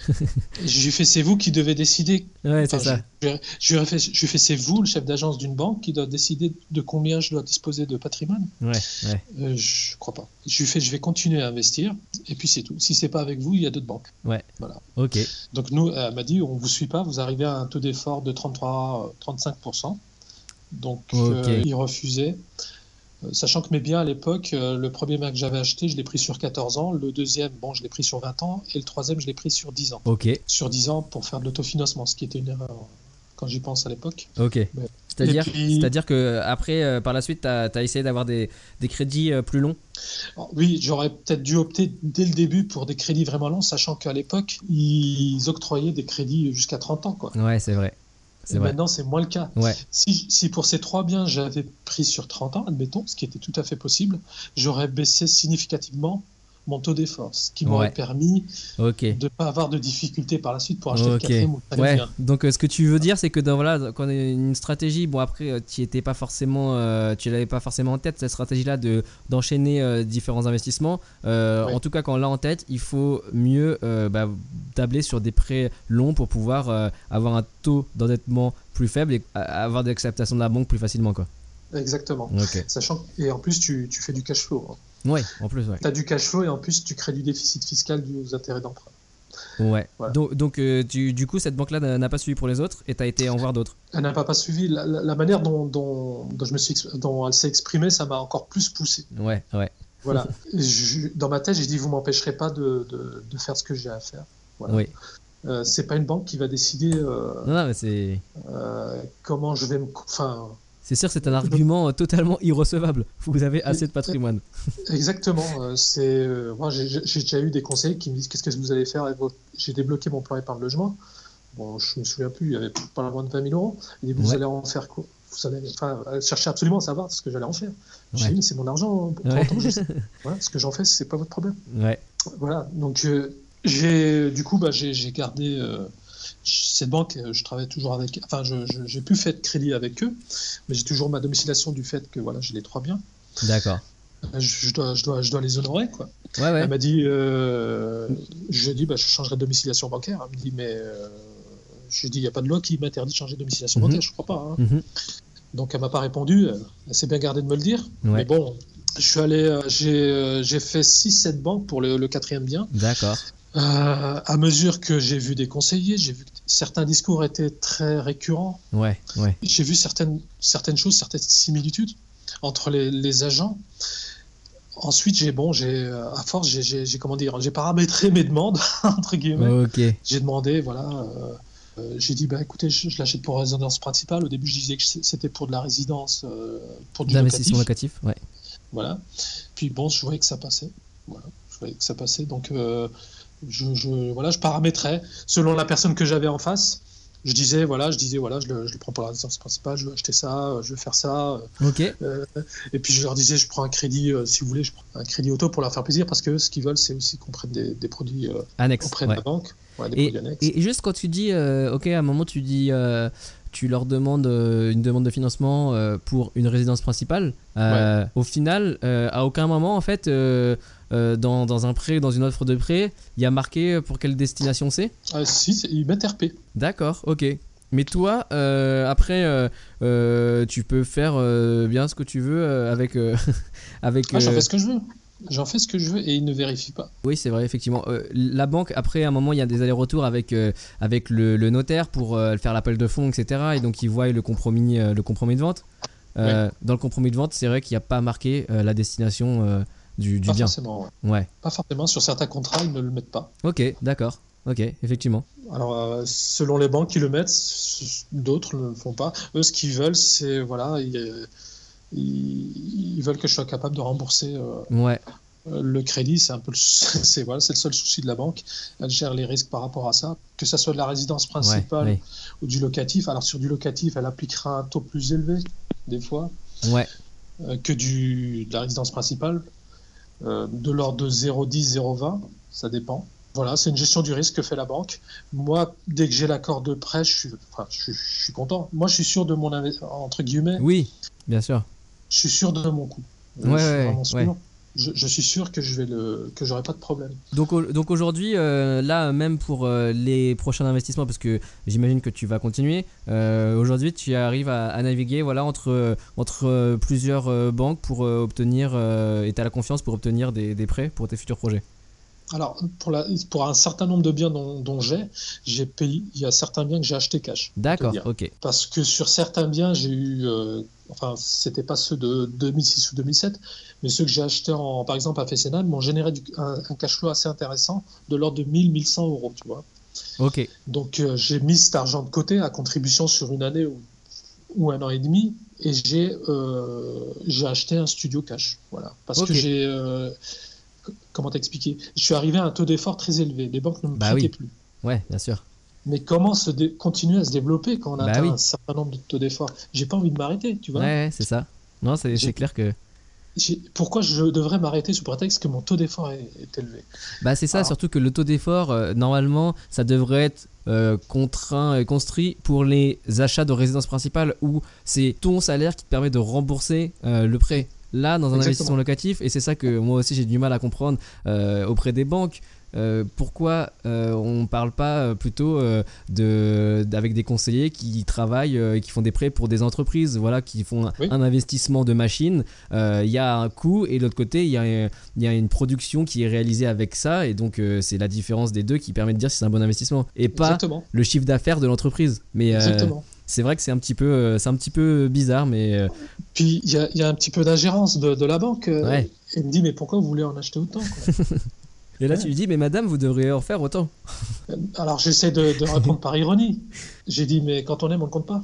J'ai fait, c'est vous qui devez décider.
Ouais, c'est
Enfin,
ça.
je, je, lui ai fait- je lui ai fait, c'est vous, le chef d'agence d'une banque, qui doit décider de combien je dois disposer de patrimoine.
Ouais, ouais.
Euh, je crois pas. Je lui fais, je vais continuer à investir, et puis c'est tout. Si c'est pas avec vous, il y a d'autres banques.
Ok.
Donc nous, elle m'a dit, on vous suit pas, vous arrivez à un taux d'effort de 33, euh, 35%. Donc
Ok.
euh, ils refusaient. Euh, Sachant que mes biens à l'époque, euh, le premier bien que j'avais acheté, je l'ai pris sur 14 ans, le deuxième, bon, je l'ai pris sur 20 ans, et le troisième, je l'ai pris sur 10 ans.
Ok.
Sur 10 ans pour faire de l'autofinancement, ce qui était une erreur euh, quand j'y pense à l'époque.
Ok. C'est-à-dire,
Et puis-
c'est-à-dire que après, euh, par la suite, t'as as essayé d'avoir des, des crédits euh, plus longs.
Alors, Oh, oui, j'aurais peut-être dû opter dès le début pour des crédits vraiment longs, sachant qu'à l'époque, ils octroyaient des crédits jusqu'à 30 ans. Quoi.
Ouais, c'est vrai. C'est
Et
vrai.
Maintenant, c'est moins le cas.
Ouais.
Si, si pour ces trois biens, j'avais pris sur 30 ans, admettons, ce qui était tout à fait possible, j'aurais baissé significativement mon taux d'effort, ce qui m'aurait
Ouais.
permis
Ok.
de ne pas avoir de difficultés par la suite pour acheter
Ok.
le quatrième ou le
Ouais,
cinquième bien.
donc euh, ce que tu veux dire, c'est que dans, voilà, quand on a une stratégie, bon après, euh, tu étais pas forcément, euh, tu l'avais pas forcément en tête cette stratégie-là de d'enchaîner euh, différents investissements. Euh,
Ouais.
En tout cas, quand on l'a en tête, il faut mieux euh, bah, tabler sur des prêts longs pour pouvoir euh, avoir un taux d'endettement plus faible et euh, avoir des acceptations de la banque plus facilement, quoi.
Exactement.
Ok.
Sachant que- et en plus, tu, tu fais du cash flow.
Ouais, en plus, ouais.
Tu as du cash flow et en plus, tu crées du déficit fiscal dû aux intérêts d'emprunt.
Ouais.
Voilà.
Donc, donc euh, tu- du coup, cette banque-là n'a n'a pas suivi pour les autres et t'as été en voir d'autres.
Elle n'a pas, pas suivi la, la- la manière dont, dont- dont je me suis, exp- dont elle s'est exprimée, ça m'a encore plus poussé.
Ouais, ouais.
Voilà. Je- dans ma tête, j'ai dit, vous m'empêcherez pas de, de- de faire ce que j'ai à faire. Voilà.
Oui.
Euh, c'est pas une banque qui va décider euh,
Non, non, mais c'est.
euh, comment je vais me. cou- Enfin,
C'est sûr, c'est un argument euh, totalement irrecevable. Vous avez
euh,
assez de patrimoine.
exactement. euh, c'est. euh, moi, j'ai j'ai déjà eu des conseillers qui me disent qu'est-ce que vous allez faire avec votre- J'ai débloqué mon plan épargne logement. Bon, je me souviens plus. Il y avait pas loin de 20 000 euros. Il dit vous
Ouais.
allez en faire quoi Vous allez. Enfin, euh, chercher absolument à savoir ce que j'allais en faire. J'ai
Ouais.
dit mais c'est mon argent. pour
Ouais.
30 ans, je sais. Voilà, ce que j'en fais, c'est pas votre problème.
Ouais,
Voilà, donc euh, j'ai du coup bah, j'ai j'ai gardé euh, j- cette banque, euh, je travaille toujours avec, enfin je- je- j'ai plus fait de crédit avec eux, mais j'ai toujours ma domiciliation du fait que voilà j'ai les trois biens,
d'accord.
Euh, je, je dois, je, dois, je dois les honorer quoi.
Ouais, ouais.
Elle m'a dit, euh, je lui ai dit bah, je changerai de domiciliation bancaire, elle me dit mais euh, je lui ai dit il n'y a pas de loi qui m'interdit de changer de domiciliation
Mhm.
bancaire, je crois pas. hein.
Mhm.
Donc elle m'a pas répondu, elle, elle s'est bien gardée de me le dire,
Ouais,
mais bon. Je suis allé, euh, j'ai euh, j'ai fait 6-7 banques pour le- le quatrième bien.
d'accord.
Euh, à mesure que j'ai vu des conseillers, j'ai vu que certains discours étaient très récurrents.
Ouais, ouais.
J'ai vu certaines, certaines choses, certaines similitudes entre les, les agents. Ensuite, j'ai bon, j'ai euh, à force, j'ai- j'ai j'ai- comment dire, j'ai paramétré mes demandes entre guillemets.
Ok.
J'ai demandé, voilà, euh, euh, j'ai dit, bah écoutez, je, je l'achète pour résidence principale. Au début, je disais que c- c'était pour de la résidence, euh, pour du locatif.
D'investissement locatif, ouais.
Voilà. Puis bon, je voyais que ça passait. Voilà, je voyais que ça passait. Donc, euh, je, je- voilà, je paramétrais selon la personne que j'avais en face. je disais voilà, je disais voilà, je le, je le prends pour la résidence principale, je veux acheter ça, euh, je veux faire ça.
Ok.
Euh, et puis je leur disais, je prends un crédit, euh, si vous voulez, je prends un crédit auto pour leur faire plaisir parce que eux, ce qu'ils veulent, c'est aussi qu'on prenne des, des produits euh,
Annexe.
auprès de
ouais.
la banque, ouais, des
Et,
produits annexes.
et juste quand tu dis, euh, ok, à un moment tu dis, euh, tu leur demandes euh, une demande de financement euh, pour une résidence principale. euh, Au final, euh, à aucun moment en fait, euh, euh, dans, dans un prêt, dans une offre de prêt, il y a marqué euh, pour quelle destination c'est.
Ah, si, c'est- ils mettent RP.
D'accord, ok. Mais toi, euh, après, euh, euh, tu peux faire euh, bien ce que tu veux euh, avec euh, avec.
Ah, j'en
euh,
fais ce que je veux. J'en fais ce que je veux et ils ne vérifient pas.
Oui, c'est vrai, effectivement. Euh, la banque, après, à un moment, il y a des allers-retours avec, euh, avec le, le notaire pour euh, faire l'appel de fonds, etc. Et donc, ils voient le compromis, euh, le compromis de vente. Euh, Dans le compromis de vente, c'est vrai qu'il n'y a pas marqué euh, la destination euh, du, du
pas
bien.
forcément. ouais.
Ouais.
Pas forcément. Sur certains contrats, ils ne le mettent pas.
Ok, d'accord. Ok, effectivement.
Alors, euh, selon les banques qui le mettent, s- d'autres ne le font pas. Eux, ce qu'ils veulent, c'est voilà, ils, euh, ils- ils veulent que je sois capable de rembourser euh,
Ouais,
euh, le crédit. C'est un peu, le, sou- c'est voilà, c'est le seul souci de la banque. Elle gère les risques par rapport à ça. Que ça soit de la résidence
ouais,
principale
ouais.
ou du locatif. Alors sur du locatif, elle appliquera un taux plus élevé des fois
Ouais,
euh, que du de la résidence principale, euh, de l'ordre de 0,10, 0,20, ça dépend. Voilà, c'est une gestion du risque que fait la banque. Moi, dès que j'ai l'accord de prêt, je suis, enfin, je, suis- je suis content. Moi, je suis sûr de mon inve- entre guillemets,
Oui, bien sûr.
je suis sûr de mon coût. Euh,
Ouais,
je suis
ouais,
vraiment sûr.
ouais.
Je, je suis sûr que je vais le que j'aurai pas de problème.
Donc, au- donc aujourd'hui, euh, là, même pour euh, les prochains investissements, parce que j'imagine que tu vas continuer, euh, aujourd'hui, tu arrives à, à naviguer voilà, entre, euh, entre euh, plusieurs euh, banques pour euh, obtenir, euh, et tu as la confiance pour obtenir des, des prêts pour tes futurs projets.
Alors pour la pour un certain nombre de biens dont, dont j'ai, j'ai payé. Il y a certains biens que j'ai acheté cash.
D'accord,
bien.
ok.
parce que sur certains biens, j'ai eu, euh, enfin, c'était pas ceux de 2006 ou 2007, mais ceux que j'ai achetés, en, par exemple, à Fessenheim, m'ont généré du- un, un cash flow assez intéressant de l'ordre de 1000, 1100 euros, tu vois.
Ok,
Donc, euh, j'ai mis cet argent de côté à contribution sur une année ou, ou un an et demi, et j'ai, euh, j'ai acheté un studio cash, voilà. Parce
Ok.
que j'ai, euh, c- comment t'expliquer, je suis arrivé à un taux d'effort très élevé, les banques ne me
Bah
prêtaient
oui.
plus.
ouais, bien sûr.
Mais comment se dé- continuer à se développer quand on
Bah
atteint
oui.
un certain nombre de taux d'effort J'ai pas envie de m'arrêter, tu vois.
Ouais, ouais, c'est ça. Non, c'est
J'ai-
c'est clair que.
J'ai- Pourquoi je devrais m'arrêter sous prétexte que mon taux d'effort est, est élevé
Bah, c'est ça,
Ah.
surtout que le taux d'effort, euh, normalement, ça devrait être euh, contraint et construit pour les achats de résidence principale où c'est ton salaire qui te permet de rembourser euh, le prêt. Là, dans un
Exactement.
investissement locatif, et c'est ça que moi aussi j'ai du mal à comprendre euh, auprès des banques. euh, pourquoi euh, on ne parle pas euh, plutôt euh, de, avec des conseillers qui travaillent euh, et qui font des prêts pour des entreprises, voilà, qui font un-
Oui.
un investissement de machines. Euh, Il y a un coût et de l'autre côté, il y a euh, il y a une production qui est réalisée avec ça et donc euh, c'est la différence des deux qui permet de dire si c'est un bon investissement et pas
Exactement.
le chiffre d'affaires de l'entreprise. Mais euh,
Exactement.
c'est vrai que c'est un petit peu euh, c'est un petit peu bizarre mais euh,
Puis il y, a- il y a un petit peu d'ingérence de, de la banque. euh,
Ouais.
Elle me dit mais pourquoi vous voulez en acheter autant quoi
et là tu lui dis mais madame vous devriez en faire autant.
Euh, Alors j'essaie de, de répondre par ironie. J'ai dit mais quand on aime on ne compte pas.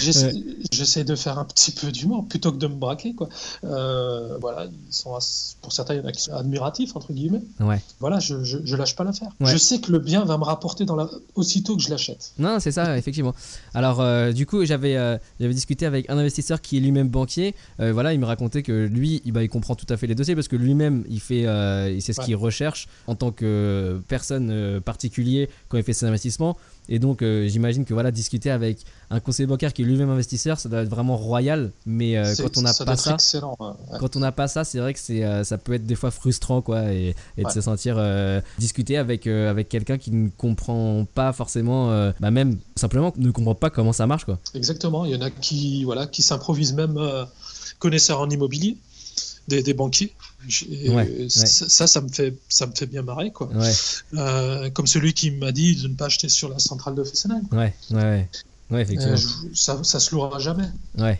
J'essa- J'essaie de faire un petit peu d'humour plutôt que de me braquer quoi. Euh, voilà, ils sont ass- pour certains il y en a qui sont admiratifs entre guillemets.
Ouais.
Voilà, je, je, je lâche pas l'affaire.
Ouais.
Je sais que le bien va me rapporter dans la... aussitôt que je l'achète.
Non, c'est ça, effectivement. Alors, euh, du coup, j'avais euh, j'avais discuté avec un investisseur qui est lui-même banquier. Euh, voilà, il me racontait que lui, il, bah, il comprend tout à fait les dossiers parce que lui-même, il fait, euh, il sait ce
Ouais.
qu'il recherche en tant que euh, personne euh, particulier quand il fait ses investissements. Et donc, euh, j'imagine que voilà, discuter avec un conseiller bancaire qui est lui-même investisseur, ça doit être vraiment royal. Mais euh,
C'est-
quand on n'a
ça doit
pas
être
ça,
excellent. hein. Ouais.
quand on n'a pas ça, c'est vrai que c'est, euh, ça peut être des fois frustrant, quoi, et, et de
Ouais.
se sentir euh, discuter avec, euh, avec quelqu'un qui ne comprend pas forcément, euh, bah même simplement ne comprend pas comment ça marche, quoi.
Exactement. Il y en a qui voilà qui s'improvisent même euh, connaisseurs en immobilier, des, des banquiers. Et,
Ouais,
euh, Ça, ça, ça me fait ça me fait bien marrer quoi.
Ouais,
Euh, comme celui qui m'a dit de ne pas acheter sur la centrale de Fessenheim.
ouais, ouais, ouais, ouais, effectivement.
Euh, je- ça, ça se louera jamais.
Ouais,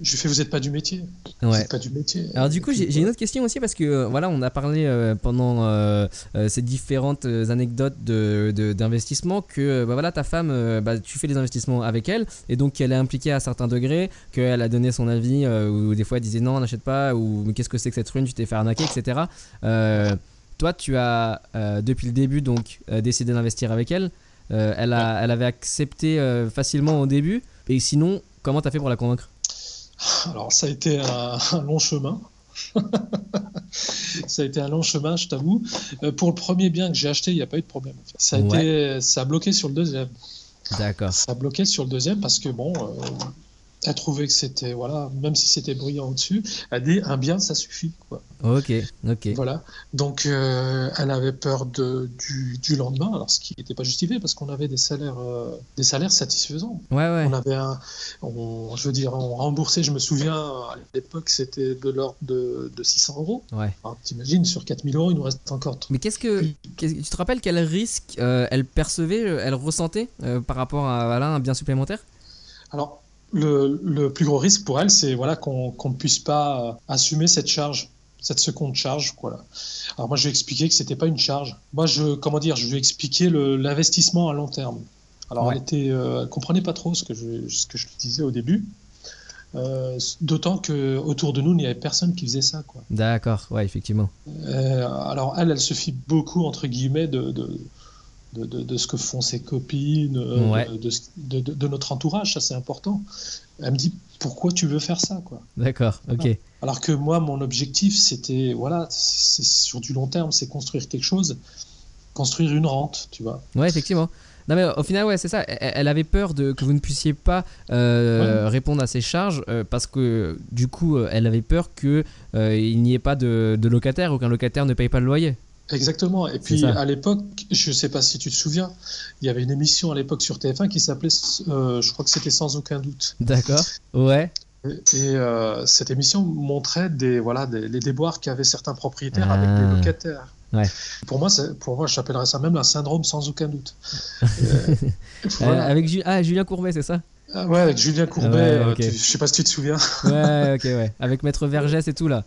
Je lui fais vous n'êtes pas du métier. Vous
ouais.
n'êtes pas du métier.
Alors du coup, j'ai j'ai une autre question aussi parce que euh, voilà, on a parlé euh, pendant euh, euh, ces différentes euh, anecdotes de de- d'investissement que euh, bah, voilà, ta femme, euh, bah, tu fais les investissements avec elle et donc elle est impliquée à certains degrés, qu'elle a donné son avis euh, ou des fois elle disait non, n'achète pas ou mais qu'est-ce que c'est que cette ruine, tu t'es fait arnaquer, etc. Euh, toi, tu as euh, depuis le début donc euh, décidé d'investir avec elle. Euh, elle, a, elle avait accepté euh, facilement au début. Et sinon, comment t'as fait pour la convaincre
Alors, ça a été un, un long chemin. ça a été un long chemin, je t'avoue. Euh, pour le premier bien que j'ai acheté, il n'y a pas eu de problème. Ça a, été, ça a bloqué sur le deuxième.
D'accord.
Ça a bloqué sur le deuxième parce que, bon, euh, elle trouvait que c'était, voilà, même si c'était bruyant au-dessus, elle dit un bien, ça suffit. Quoi.
Ok, ok.
Voilà. Donc, euh, elle avait peur de, du, du lendemain, alors ce qui n'était pas justifié parce qu'on avait des salaires, euh, des salaires satisfaisants.
Ouais, ouais.
On avait un, on- je veux dire, on remboursait, je me souviens, à l'époque, c'était de l'ordre de, de 600 euros.
Ouais.
Alors, t'imagines, sur 4000 euros, il nous reste encore
Mais qu'est-ce que. qu'est-ce- tu te rappelles quel risque euh, elle percevait, euh, elle ressentait euh, par rapport à voilà, un bien supplémentaire
Alors, le, le plus gros risque pour elle, c'est voilà, qu'on qu'on ne puisse pas euh, assumer cette charge, cette seconde charge. Voilà. Alors, moi, je lui ai expliqué que ce n'était pas une charge. Moi, je, comment dire, je lui ai expliqué le- l'investissement à long terme. Alors,
Ouais.
elle était, euh, elle comprenait pas trop ce que je, ce que je lui disais au début. Euh, D'autant que autour de nous, il n'y avait personne qui faisait ça. Quoi.
D'accord, ouais, effectivement.
Euh, alors elle, elle se fie beaucoup entre guillemets de, de, de, de- de ce que font ses copines, euh,
Ouais.
de, de ce- de- de- de notre entourage, ça c'est important. Elle me dit pourquoi tu veux faire ça quoi.
D'accord, ok.
Alors que moi, mon objectif c'était voilà, c'est sur du long terme, c'est construire quelque chose, construire une rente, tu vois.
Ouais, effectivement. Non, mais euh, au final, ouais, c'est ça. Elle- Elle avait peur de, que vous ne puissiez pas euh, répondre à ses charges euh, parce que du coup, euh, elle avait peur que euh, il n'y ait pas de, de locataire ou qu'un locataire ne paye pas le loyer.
Exactement. Et puis
ça.
à l'époque, je sais pas si tu te souviens, il y avait une émission à l'époque sur TF1 qui s'appelait, euh, je crois que c'était sans aucun doute.
D'accord. Ouais.
Et et, euh, cette émission montrait des, voilà, des- les déboires qu'avaient certains propriétaires avec
Ah.
les locataires.
Ouais.
Pour moi, c'est- pour moi, j'appellerais ça même un syndrome sans aucun doute. Euh,
Euh,
voilà.
avec Ju- ah, Julien Courbet, c'est ça
Ah ouais, avec Julien Courbet,
Ouais,
euh,
ok.
tu- je sais pas si tu te souviens.
Ouais, ok, ouais. Avec Maître Vergès et tout là.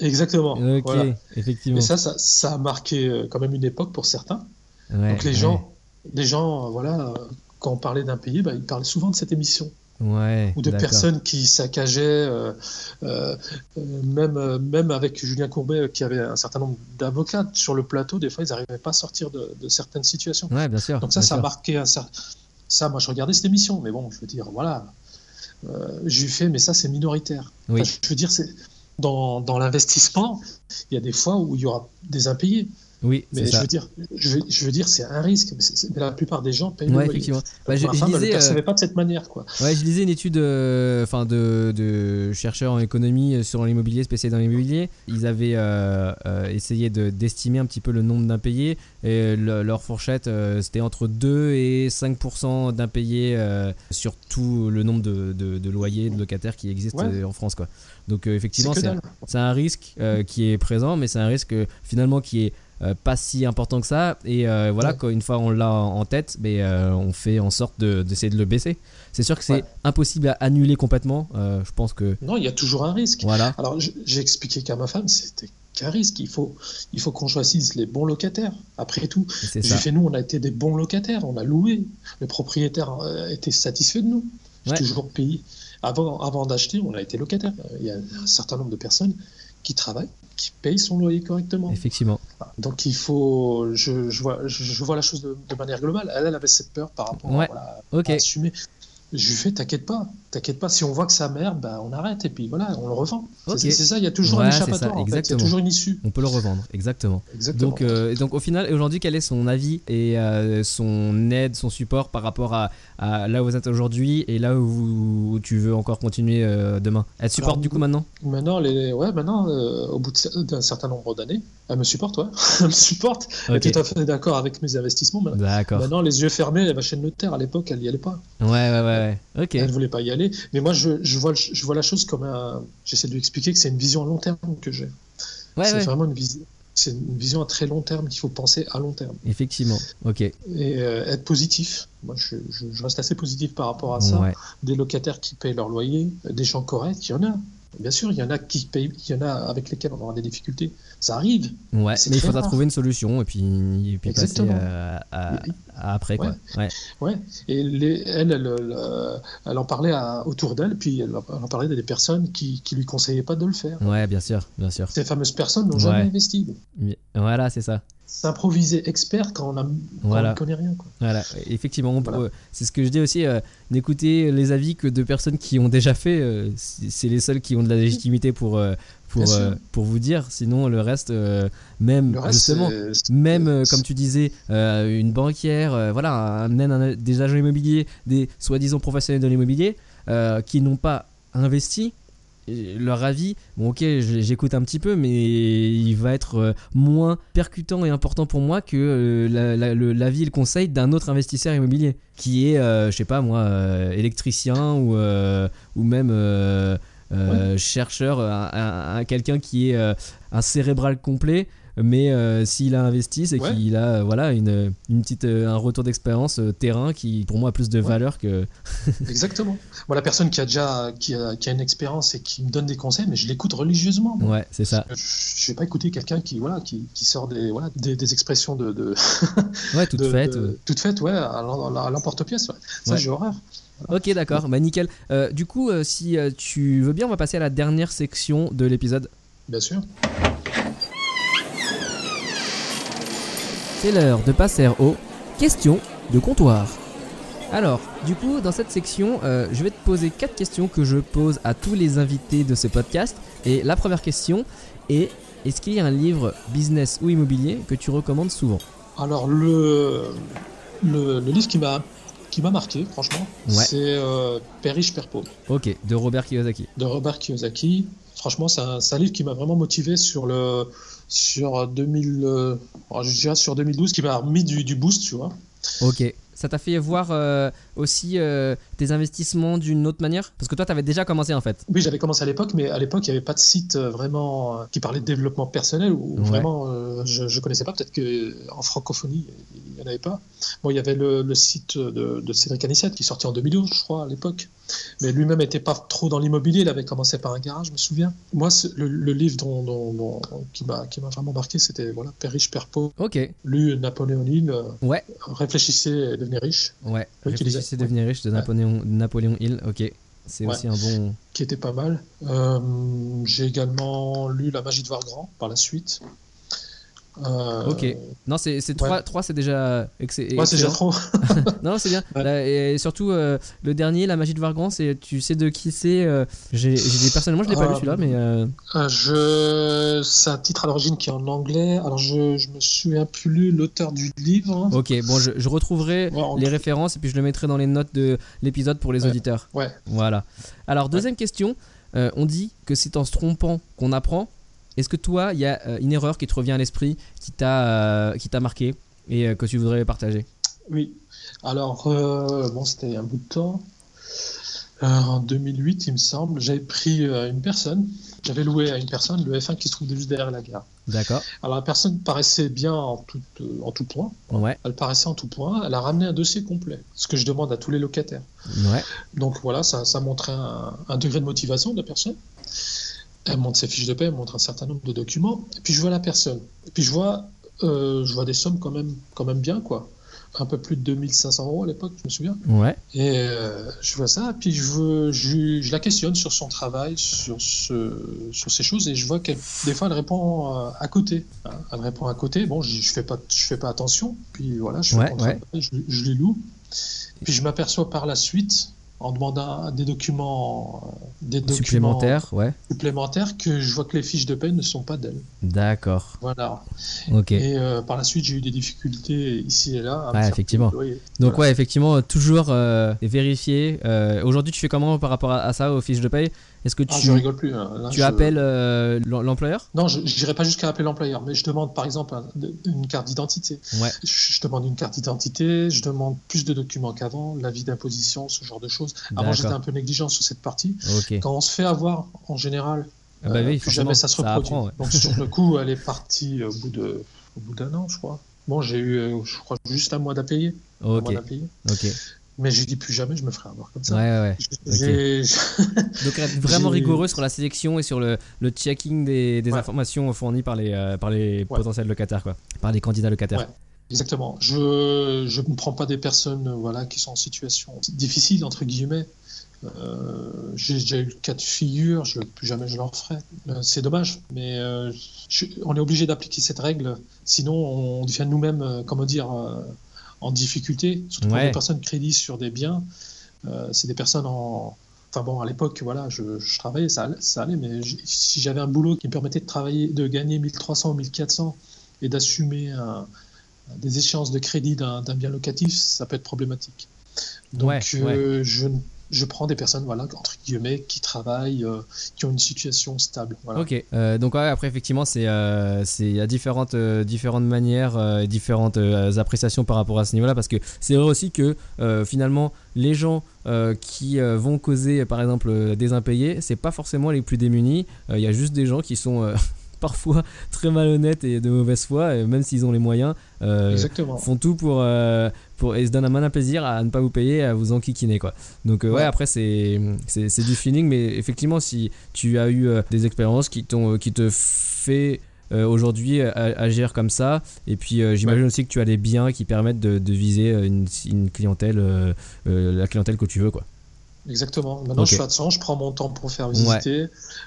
Exactement.
Ok,
voilà.
effectivement.
Et ça, ça, ça a marqué euh, quand même une époque pour certains.
Ouais,
Donc les
ouais.
gens, les gens, euh, voilà, euh, quand on parlait d'un pays, bah, ils parlaient souvent de cette émission.
Ouais.
ou de
d'accord.
personnes qui saccageaient, euh, euh, euh, même, euh, même avec Julien Courbet euh, qui avait un certain nombre d'avocats sur le plateau, des fois ils n'arrivaient pas à sortir de, de certaines situations.
Ouais, bien sûr.
Donc ça,
bien
ça a
sûr.
marqué un certain... Ça, moi je regardais cette émission, mais bon, je veux dire, voilà, euh, j'ai fait, mais ça c'est minoritaire.
Oui.
Enfin, je veux dire, c'est dans, dans l'investissement, il y a des fois où il y aura des impayés.
Oui,
Mais
c'est
je
ça.
veux dire, je veux, je veux dire, c'est un risque. Mais, c'est- c'est- mais la plupart des gens payent
Ouais,
le loyer.
effectivement. Bah, je,
Ma
je
femme, elle ne
lisais, euh,
percevait pas de cette manière, quoi.
Ouais, je lisais une étude euh, enfin de, de chercheurs en économie euh, sur l'immobilier, spécialisés dans l'immobilier. Ils avaient euh, euh, essayé de- d'estimer un petit peu le nombre d'impayés. Et le- leur fourchette, euh, c'était entre 2 et 5% d'impayés euh, sur tout le nombre de, de- de loyers, de locataires qui existent
Ouais.
euh, en France. Quoi. Donc euh,
C'est
effectivement,
que
c'est
dalle.
c'est un risque euh, qui est présent, mais c'est un risque euh, finalement qui est euh, pas si important que ça. Et euh, voilà,
Ouais.
quand une fois on l'a en en tête, mais, euh, on fait en sorte de- d'essayer de, le baisser. C'est sûr que c'est
Ouais.
impossible à annuler complètement. euh, je pense que
Non, il y a toujours un risque.
voilà.
Alors, j- j'ai expliqué qu'à ma femme, c'était qu'un risque. Il faut, il faut qu'on choisisse les bons locataires. Après tout,
C'est
j'ai
ça.
fait nous, on a été des bons locataires, on a loué. Le propriétaire euh, était satisfait de nous. J'ai
Ouais.
toujours payé. Avant, avant d'acheter, on a été locataire. Euh, Il y a un certain nombre de personnes qui travaillent, qui payent son loyer correctement.
Effectivement.
Donc, il faut. Je, je vois, je, je vois la chose de, de manière globale. Elle, elle avait cette peur par rapport
Ouais.
à, voilà,
Ok.
à assumer. Je lui fais, t'inquiète pas, t'inquiète pas. Si on voit que ça merde, bah, on arrête et puis voilà, on le revend.
Ok.
C'est- C'est ça, il y a toujours
Ouais,
un
c'est
échappatoire.
ça,
en fait. Il y a
exactement.
toujours une issue.
On peut le revendre. Exactement.
Exactement.
Donc, euh, et donc au final, et aujourd'hui, quel est son avis et euh, son aide, son support par rapport à, à là où vous êtes aujourd'hui et là où, vous- où tu veux encore continuer euh, demain Elle te supporte
Alors,
du coup maintenant
Maintenant, les... ouais, maintenant euh, au bout de- d'un certain nombre d'années, elle me supporte, ouais. elle me supporte. Elle
Ok.
est tout à fait d'accord avec mes investissements. Maintenant,
D'accord.
maintenant, les yeux fermés, elle va chez le notaire. À l'époque, elle n'y allait pas.
Ouais, ouais, ouais, ouais. Ok.
Elle ne voulait pas y aller. Mais moi, je, je vois, le- je vois la chose comme un. J'essaie de lui expliquer que c'est une vision à long terme que j'ai.
Ouais,
c'est
ouais.
vraiment une, vision c'est une vision à très long terme qu'il faut penser à long terme.
Effectivement. Ok.
Et euh, être positif. Moi, je, je- je reste assez positif par rapport à ça.
Ouais.
des locataires qui payent leur loyer, euh, des gens corrects, il y en a. Bien sûr, il y en a qui payent, il y en a avec lesquels on aura des difficultés. Ça arrive.
Ouais.
C'est
Mais il
très
faudra
rare.
trouver une solution et puis, et puis passer
Exactement.
euh, à, à après, quoi. Ouais.
Et les, elle, elle, elle, euh, elle en parlait à- autour d'elle, puis elle, en- elle en parlait à des personnes qui, qui lui conseillaient pas de le faire.
Ouais, bien sûr, bien sûr.
Ces fameuses personnes n'ont jamais
Ouais.
investi.
Mais- Voilà, c'est ça.
s'improviser expert quand on a- quand
Voilà.
on ne connaît rien. Quoi.
Voilà, effectivement, on-
Voilà.
euh, c'est ce que je dis aussi, euh, n'écoutez les avis que de personnes qui ont déjà fait, euh, c'est c'est les seuls qui ont de la légitimité pour, euh, pour,
Bien
euh,
sûr.
pour vous dire, sinon le reste, euh, même,
Le reste,
justement,
c'est- c'est-
même euh,
c'est-
comme tu disais, euh, une banquière, euh, voilà, un- même un- des agents immobiliers, des soi-disant professionnels de l'immobilier euh, qui n'ont pas investi. et Leur avis, bon ok, je- j'écoute un petit peu, mais il va être euh, moins percutant et important pour moi que euh, la- la- le- l'avis et le conseil d'un autre investisseur immobilier qui est, euh, je sais pas moi, euh, électricien ou, euh, ou même euh, euh, chercheur, un- un- un- quelqu'un qui est euh, un cérébral complet mais euh, s'il a investi, c'est
Ouais.
qu'il a euh, voilà une, une petite euh, un retour d'expérience euh, terrain qui pour moi a plus de
Ouais.
valeur que
Exactement. Moi, la personne qui a déjà qui a, qui a une expérience et qui me donne des conseils, mais je l'écoute religieusement. moi.
ouais c'est ça
Je je vais Euh, pas écouter quelqu'un qui voilà qui, qui sort des voilà des, des expressions de, de
ouais toute
de-
faite
de-
euh.
toutes faites ouais à l'em- à l'emporte-pièce. ouais. Ça
Ouais.
j'ai horreur.
ok d'accord bah nickel Euh, du coup euh, si euh, tu veux bien on va passer à la dernière section de l'épisode
Bien sûr.
c'est l'heure de passer aux questions de comptoir alors, du coup, dans cette section, euh, je vais te poser quatre questions que je pose à tous les invités de ce podcast. Et la première question est est-ce qu'il y a un livre business ou immobilier que tu recommandes souvent
Alors le le, le livre qui m'a qui m'a marqué franchement,
Ouais.
c'est euh, Père riche père pauvre
Ok, de Robert Kiyosaki.
de Robert Kiyosaki. Franchement, c'est un, c'est un livre qui m'a vraiment motivé sur le sur 2000 euh, je dirais sur 2012 qui m'a remis du, du boost, tu vois.
Ok. Ça t'a fait voir euh, aussi euh, tes investissements d'une autre manière Parce que toi, t'avais déjà commencé en fait.
Oui, j'avais commencé à l'époque, mais à l'époque, il n'y avait pas de site euh, vraiment euh, qui parlait de développement personnel, ou
Ouais.
vraiment, euh, je ne connaissais pas, peut-être qu'en francophonie, il n'y en avait pas. Bon, il y avait le, le site de, de Cédric Anissette qui sortait en 2012, je crois, à l'époque, mais lui-même n'était pas trop dans l'immobilier, il avait commencé par un garage, je me souviens. Moi, c'est- le, le livre dont, dont- dont- qui m'a qui m'a vraiment marqué, c'était voilà, Père riche, Père pauvre,
Ok.
lu Napoléon Hill, euh,
Ouais.
Réfléchissez et devenez riche,
Ouais.
Oui, tu
Réfléchissez
disais.
devenir riche de
Ouais.
Napoléon, Napoléon Hill. Ok. C'est
Ouais.
aussi un bon.
qui était pas mal. Euh, J'ai également lu La magie de Vargrand par la suite. Euh,
Ok. Non, c'est c'est trois,
Ouais.
trois, c'est déjà. ex-
Moi, c'est déjà
excellent.
trop.
Non, c'est bien.
Ouais.
Là, et surtout, euh, le dernier, La magie de Vargrand, c'est tu sais de qui c'est. euh, j'ai j'ai des- personnellement, je l'ai pas
Ah.
lu celui-là, mais. euh,
Euh, je... C'est un titre à l'origine qui est en anglais. Alors, je, je me souviens plus l'auteur du livre.
Ok, bon, je, je retrouverai
Ouais, en-
les références et puis je le mettrai dans les notes de l'épisode pour les
Ouais.
auditeurs.
Ouais.
Voilà. Alors, deuxième question. euh, on dit que c'est en se trompant qu'on apprend. Est-ce que toi, il y a euh, une erreur qui te revient à l'esprit, qui t'a euh, qui t'a marqué et euh, que tu voudrais partager
Oui. Alors, euh, bon, c'était il y a un bout de temps. Euh, en 2008, il me semble, j'avais pris euh, une personne. J'avais loué à une personne le F1 qui se trouve juste derrière la gare.
D'accord.
Alors, la personne paraissait bien en tout, euh, en tout point.
Ouais.
Elle paraissait en tout point. Elle a ramené un dossier complet, ce que je demande à tous les locataires.
Ouais.
Donc voilà, ça, ça montrait un, un degré de motivation de la personne. Elle montre ses fiches de paie, elle montre un certain nombre de documents. Et puis je vois la personne. Et puis je vois, euh, je vois des sommes quand même, quand même bien, quoi. Un peu plus de 2500 euros à l'époque, je me souviens.
Ouais.
Et euh, je vois ça, puis je, veux, je, je la questionne sur son travail, sur, ce, sur ces choses, et je vois qu'elle, des fois, elle répond euh, à côté. hein. Elle répond à côté, bon, je, je fais pas, je fais pas attention, puis voilà, je, fais
Ouais,
mon travail, je, je les loue. Puis je m'aperçois par la suite, en demandant des documents, euh, des documents
Supplémentaire. Ouais.
supplémentaires, que je vois que les fiches de paie ne sont pas d'elle.
D'accord.
Voilà.
Ok.
Et euh, par la suite, j'ai eu des difficultés ici et là. à me
Ouais,
faire
effectivement.
payer.
Donc
Voilà.
ouais, effectivement, euh, toujours euh, vérifier. euh, Aujourd'hui, tu fais comment par rapport à, à ça aux fiches de paye Est-ce que tu
Ah, je rigole plus. hein. Là,
tu
je-
appelles euh, l'em- l'employeur
Non, je n'irai pas jusqu'à appeler l'employeur, mais je demande par exemple un- de- une carte d'identité.
Ouais.
Je, je demande une carte d'identité, je demande plus de documents qu'avant, l'avis d'imposition, ce genre de choses. Avant,
D'accord.
j'étais un peu négligent sur cette partie.
Ok.
Quand on se fait avoir, en général,
Ah bah
euh,
oui,
plus
forcément,
jamais ça se reproduit.
apprend, ouais.
Donc sur le coup, elle est partie euh, au bout de- au bout d'un an, je crois. Bon, j'ai eu, euh, je crois, juste un mois d'à payer. un
Ok.
mois d'à payer.
Ok.
Mais je dis plus jamais, je me ferai avoir comme
Ouais,
ça.
ouais. ouais.
J'ai-
Donc être vraiment
J'ai-
rigoureux sur la sélection et sur le, le checking des, des
Ouais.
informations fournies par les, euh, par les
Ouais.
potentiels locataires, quoi. Par les candidats locataires.
Ouais. Exactement. Je je ne prends pas des personnes euh, voilà qui sont en situation difficile entre guillemets. Euh, j'ai déjà eu le cas de figure, je, plus jamais je le referai. Euh, c'est dommage, mais euh, je- on est obligé d'appliquer cette règle, sinon on devient nous-mêmes, euh, comment dire, euh, en difficulté. Surtout
Ouais.
quand les personnes crédit sur des biens, euh, c'est des personnes en. Enfin bon, à l'époque, voilà, je, je travaillais, ça allait, ça allait mais j- si j'avais un boulot qui me permettait de travailler, de gagner 1300 ou 1400 et d'assumer un- des échéances de crédit d'un d'un bien locatif, ça peut être problématique. Donc,
Ouais,
euh, je ne je prends des personnes, voilà, entre guillemets, qui travaillent, euh, qui ont une situation stable. Voilà.
Ok. Euh, donc ouais, après effectivement, c'est euh, c'est- il y a différentes euh, différentes manières, euh, et différentes euh, appréciations par rapport à ce niveau-là, parce que c'est vrai aussi que euh, finalement les gens euh, qui euh, vont causer par exemple euh, des impayés, c'est pas forcément les plus démunis. Euh, Il y a juste des gens qui sont euh, parfois très malhonnêtes et de mauvaise foi, et même s'ils ont les moyens. euh,
Exactement.
font tout pour, euh, pour et se donnent un malin plaisir à ne pas vous payer à vous enquiquiner quoi donc euh, ouais.
Ouais.
après c'est c'est c'est du feeling mais effectivement si tu as eu euh, des expériences qui t'ont euh, qui te fait euh, aujourd'hui euh, a- agir comme ça et puis euh, j'imagine aussi que tu as des biens qui permettent de, de viser euh, une, une clientèle euh, euh, la clientèle que tu veux quoi
Exactement. Maintenant,
Ok.
je suis absent, je prends mon temps pour faire
Ouais.
visiter,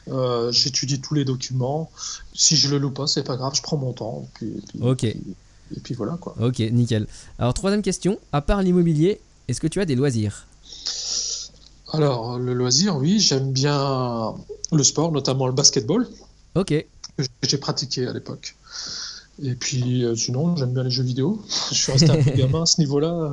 euh, j'étudie tous les documents. Si je le loue pas, c'est pas grave, je prends mon temps. Puis, et puis-
Ok.
et puis- et puis voilà, quoi.
ok nickel alors troisième question à part l'immobilier est-ce que tu as des loisirs
Alors, le loisir, oui, j'aime bien le sport, notamment le basketball,
ok
que j'ai pratiqué à l'époque. Et puis, euh, sinon, j'aime bien les jeux vidéo. Je suis resté un peu gamin à ce niveau-là.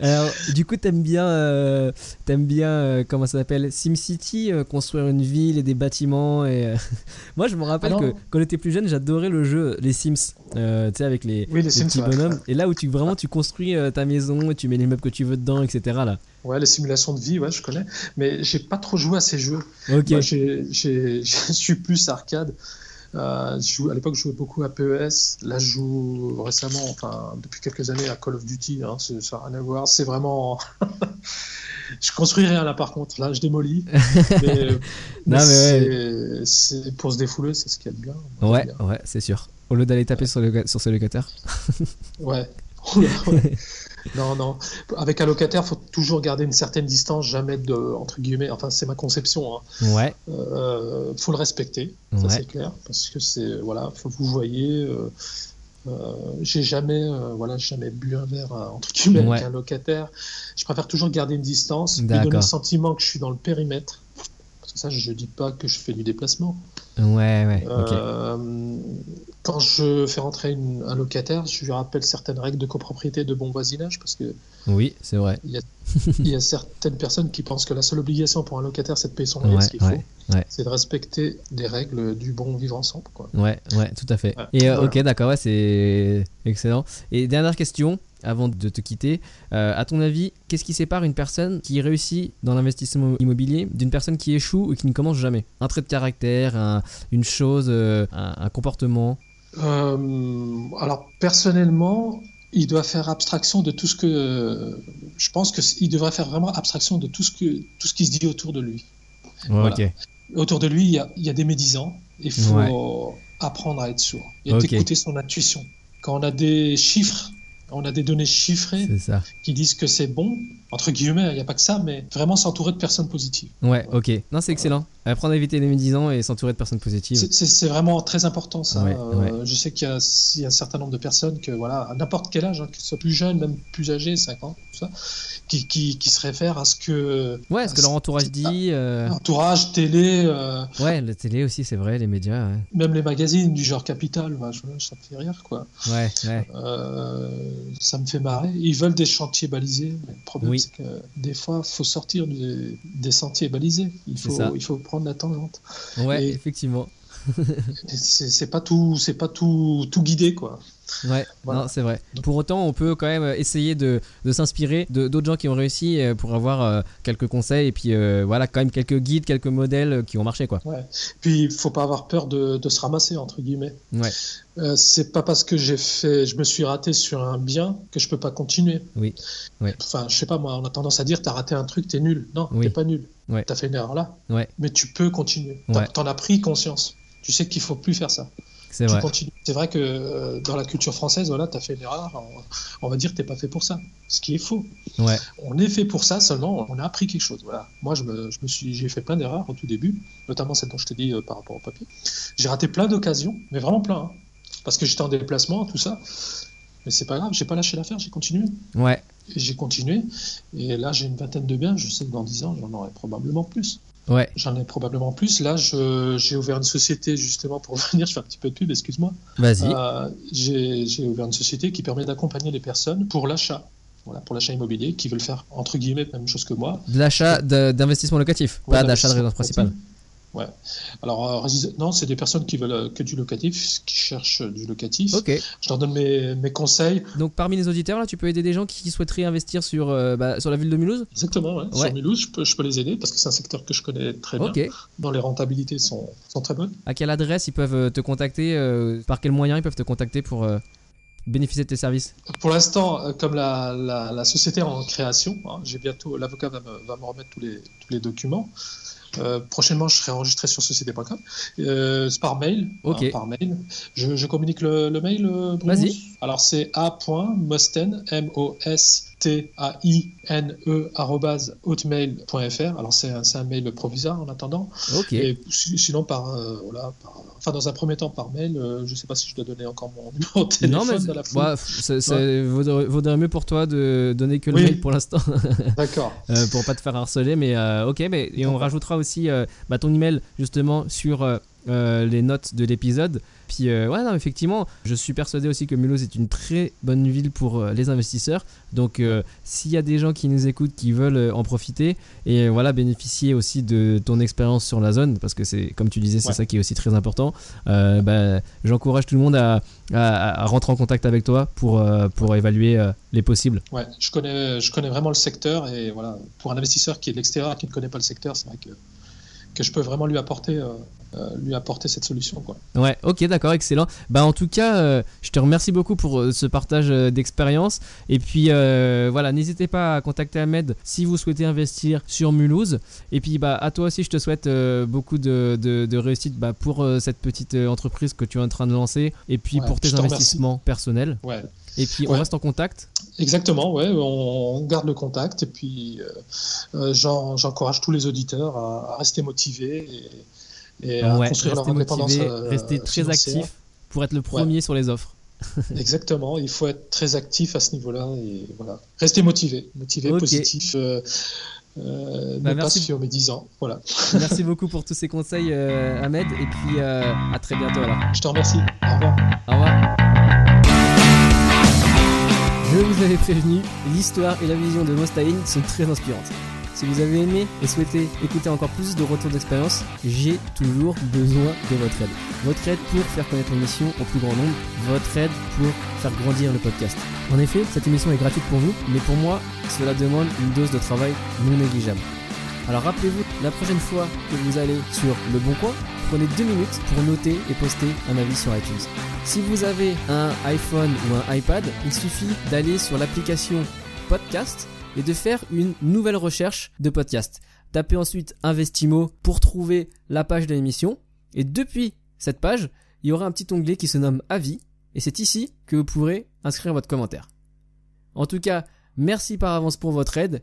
Alors, du coup, t'aimes bien, euh, t'aimes bien, euh, comment ça s'appelle, SimCity, euh, construire une ville et des bâtiments. Et euh, moi, je me rappelle
Ah
que
non.
quand j'étais plus jeune, j'adorais le jeu les Sims, euh, tu sais, avec les,
Oui, les
les
Sims,
petits
ouais.
bonhommes. Et là où tu vraiment tu construis euh, ta maison, et tu mets les meubles que tu veux dedans, etc. Là.
Ouais, les simulations de vie, ouais, je connais. Mais j'ai pas trop joué à ces jeux.
Ok.
Moi, j'ai- j'ai- je suis plus arcade. Euh, je joue- à l'époque, je jouais beaucoup à PES. Là, je joue récemment, enfin, depuis quelques années, à Call of Duty. Hein, c'est- ça n'a rien à voir. C'est vraiment. je construis rien là, par contre. Là, je démolis. Mais, euh,
mais
c'est- c'est- pour se défouler, c'est ce qu'il y a de bien.
ouais, ouais, c'est sûr. Au lieu d'aller taper sur, le, sur ce locataire.
Ouais. Oula, ouais. non, non. Avec un locataire, faut toujours garder une certaine distance, jamais de, entre guillemets, enfin, c'est ma conception, hein,
Ouais.
Euh, faut le respecter,
Ouais.
ça c'est clair, parce que c'est voilà, faut que vous voyez. euh, euh, j'ai jamais, euh, voilà, j'ai jamais bu un verre euh, entre guillemets
Ouais.
avec un locataire. Je préfère toujours garder une distance, lui
D'accord.
donner le sentiment que je suis dans le périmètre. Parce que ça, je dis pas que je fais du déplacement.
Ouais, ouais. Ok.
Euh, quand je fais rentrer une- un locataire, je lui rappelle certaines règles de copropriété, de bon voisinage, parce que
Oui, c'est vrai.
il y a certaines personnes qui pensent que la seule obligation pour un locataire, c'est de payer son loyer,
Ouais,
ce qui est
ouais.
faux.
ouais.
C'est de respecter les règles du bon vivre ensemble. Quoi.
Ouais, ouais, tout à fait.
Voilà.
Et euh,
Ah, Voilà.
ok, d'accord, ouais, c'est excellent. Et dernière question, avant de te quitter, euh, à ton avis, qu'est-ce qui sépare une personne qui réussit dans l'investissement immobilier d'une personne qui échoue ou qui ne commence jamais Un trait de caractère, un- une chose, euh, un, un comportement.
Euh, alors, personnellement, il doit faire abstraction de tout ce que. Je pense qu'il devrait faire vraiment abstraction de tout ce, que, tout ce qui se dit autour de lui. Voilà.
Ok.
Autour de lui, il y a, il y a des médisants. Il faut apprendre à être sourd et
Ok.
d'écouter son intuition. Quand on a des chiffres, on a des données chiffrées
C'est ça.
qui disent que c'est bon, entre guillemets, il n'y a pas que ça, mais vraiment s'entourer de personnes positives.
Ouais, ok. Non, c'est excellent. Apprendre à éviter les médisants et s'entourer de personnes positives.
C'est- C'est c'est vraiment très important ça.
Ouais,
Euh, Je sais qu'il y, a il y a un certain nombre de personnes que voilà, à n'importe quel âge, hein, qu'ils soient plus jeunes, même plus âgés, 50, tout ça, qui, qui, qui se réfèrent à ce que
Ouais, ce que leur entourage
c'est-
dit. euh,
entourage, télé, euh,
Ouais, la télé aussi, c'est vrai, les médias. Ouais,
même les magazines du genre Capital, bah, je, ça me fait rire quoi.
ouais. ouais.
Euh, ça me fait marrer. Ils veulent des chantiers balisés. mais le problème
Oui.
c'est que des fois, faut sortir des, des sentiers balisés. Il
C'est ça.
faut, il faut prendre la tangente.
Ouais,
Et-
effectivement.
C'est c'est pas tout, c'est pas tout, tout guidé quoi.
Ouais,
Voilà.
non, c'est vrai.
Donc-
Pour autant, on peut quand même euh, essayer de, de s'inspirer de d'autres gens qui ont réussi euh, pour avoir euh, quelques conseils et puis euh, voilà, quand même quelques guides, quelques modèles euh, qui ont marché quoi.
Puis il faut pas avoir peur de, de se ramasser entre guillemets.
Ouais.
Euh, c'est pas parce que j'ai fait, je me suis raté sur un bien que je peux pas continuer.
Oui. Ouais.
Enfin, je sais pas moi, on a tendance à dire t'as raté un truc, t'es nul. Non,
Oui.
t'es pas nul.
Ouais.
T'as fait une erreur là.
Ouais.
Mais tu peux continuer. T'as-
Ouais.
T'en as pris conscience. Tu sais qu'il faut plus faire ça.
C'est
tu
vrai.
continues. C'est vrai que euh, dans la culture française, voilà, tu as fait l'erreur, on, on va dire que tu pas fait pour ça, ce qui est faux.
Ouais.
On est fait pour ça, seulement on a appris quelque chose. Voilà. Moi, je me, je me suis, j'ai fait plein d'erreurs au tout début, notamment celle dont je t'ai dit euh, par rapport au papier. J'ai raté plein d'occasions, mais vraiment plein, hein, parce que j'étais en déplacement, tout ça. Mais c'est pas grave, j'ai pas lâché l'affaire, j'ai continué.
Ouais.
Et j'ai continué, et là j'ai une vingtaine de biens, je sais que dans 10 ans j'en aurai probablement plus.
Ouais.
J'en ai probablement plus. Là, je- j'ai ouvert une société justement pour venir, je fais un petit peu de pub, excuse-moi.
Vas-y.
Euh, j'ai j'ai ouvert une société qui permet d'accompagner les personnes pour l'achat. Voilà, pour l'achat immobilier, qui veulent faire entre guillemets la même chose que moi.
De l'achat de- d'investissement locatif,
Ouais,
pas d'achat de résidence
l'investissement
principale.
Ouais. Alors, euh, réside- non, c'est des personnes qui veulent euh, que du locatif, qui cherchent euh, du locatif.
Ok.
Je leur donne mes, mes conseils.
Donc parmi les auditeurs, là, tu peux aider des gens qui souhaiteraient investir sur, euh, bah, sur la ville de Mulhouse
Exactement, ouais.
Ouais.
sur Mulhouse, je peux, je peux les aider parce que c'est un secteur que je connais très bien.
Ok.
Dont les rentabilités sont, sont très bonnes.
À quelle adresse ils peuvent euh, te contacter euh, Par quels moyens ils peuvent te contacter pour euh, bénéficier de tes services
Pour l'instant, euh, comme la, la- la société est en création, hein, j'ai bientôt l'avocat va me, va me remettre tous les, tous les documents. Euh, prochainement, je serai enregistré sur société.com euh, c'est par mail.
Ok.
hein, par mail. Je, je communique le, le mail. euh, Bruno
Vas-y.
Alors c'est a.mosten m o s t a i n e arobase hotmail.fr. Alors c'est un, c'est un mail provisoire en attendant.
Ok.
Et si- sinon par euh, voilà, par- enfin dans un premier temps par mail. euh, je ne sais pas si je dois donner encore mon numéro de téléphone dans la foulée.
bah, pff, ça, ça vaudrait, vaudrait mieux pour toi de donner que le
Oui.
mail pour l'instant,
D'accord.
euh, pour pas te faire harceler. Mais euh, ok, mais, et on
D'accord.
rajoutera aussi euh, bah, ton email justement sur euh, euh, les notes de l'épisode. Puis euh, ouais, non, effectivement, je suis persuadé aussi que Mulhouse est une très bonne ville pour euh, les investisseurs. Donc euh, s'il y a des gens qui nous écoutent qui veulent euh, en profiter et euh, voilà bénéficier aussi de ton expérience sur la zone, parce que c'est comme tu disais, c'est
Ouais.
ça qui est aussi très important. euh, bah, J'encourage tout le monde à, à- à rentrer en contact avec toi pour, euh, pour évaluer euh, les possibles.
Ouais, je connais, je connais vraiment le secteur et voilà, pour un investisseur qui est de l'extérieur, qui ne connaît pas le secteur, c'est vrai que, que je peux vraiment lui apporter, euh, euh, lui apporter cette solution. Quoi.
Ouais, ok, d'accord, excellent. Bah en tout cas, euh, je te remercie beaucoup pour euh, ce partage euh, d'expérience. Et puis euh, voilà, n'hésitez pas à contacter Ahmed si vous souhaitez investir sur Mulhouse. Et puis bah à toi aussi, je te souhaite euh, beaucoup de, de- de réussite bah, pour euh, cette petite euh, entreprise que tu es en train de lancer. Et puis
Ouais,
pour
je
tes
te remercie.
investissements personnels.
Ouais,
Et puis on
Ouais.
reste en contact.
exactement. Ouais, on, on garde le contact et puis euh, euh, j'en- j'encourage tous les auditeurs à, à rester motivés et, et à
ouais,
construire leur
restez
indépendance.
motivé,
euh,
restez très
financière.
actif pour être le premier sur les offres.
Exactement, il faut être très actif à ce niveau-là et voilà. Rester motivé, motivé,
Ok.
positif, euh, euh,
Bah,
ne pas
merci.
se fier disant. Voilà,
Merci beaucoup pour tous ces conseils, euh, Ahmed. Et puis euh, à très bientôt alors.
je te remercie. Au revoir.
Au revoir. Je vous avais prévenu, l'histoire et la vision de Mostaïn sont très inspirantes. Si vous avez aimé et souhaitez écouter encore plus de retours d'expérience, j'ai toujours besoin de votre aide. Votre aide pour faire connaître l'émission au plus grand nombre, votre aide pour faire grandir le podcast. En effet, cette émission est gratuite pour vous, mais pour moi, cela demande une dose de travail non négligeable. Alors rappelez-vous, la prochaine fois que vous allez sur Le Bon Coin, prenez deux minutes pour noter et poster un avis sur iTunes. Si vous avez un iPhone ou un iPad, il suffit d'aller sur l'application Podcast et de faire une nouvelle recherche de podcast. Tapez ensuite Investimo pour trouver la page de l'émission. Et depuis cette page, il y aura un petit onglet qui se nomme Avis. Et c'est ici que vous pourrez inscrire votre commentaire. En tout cas, merci par avance pour votre aide.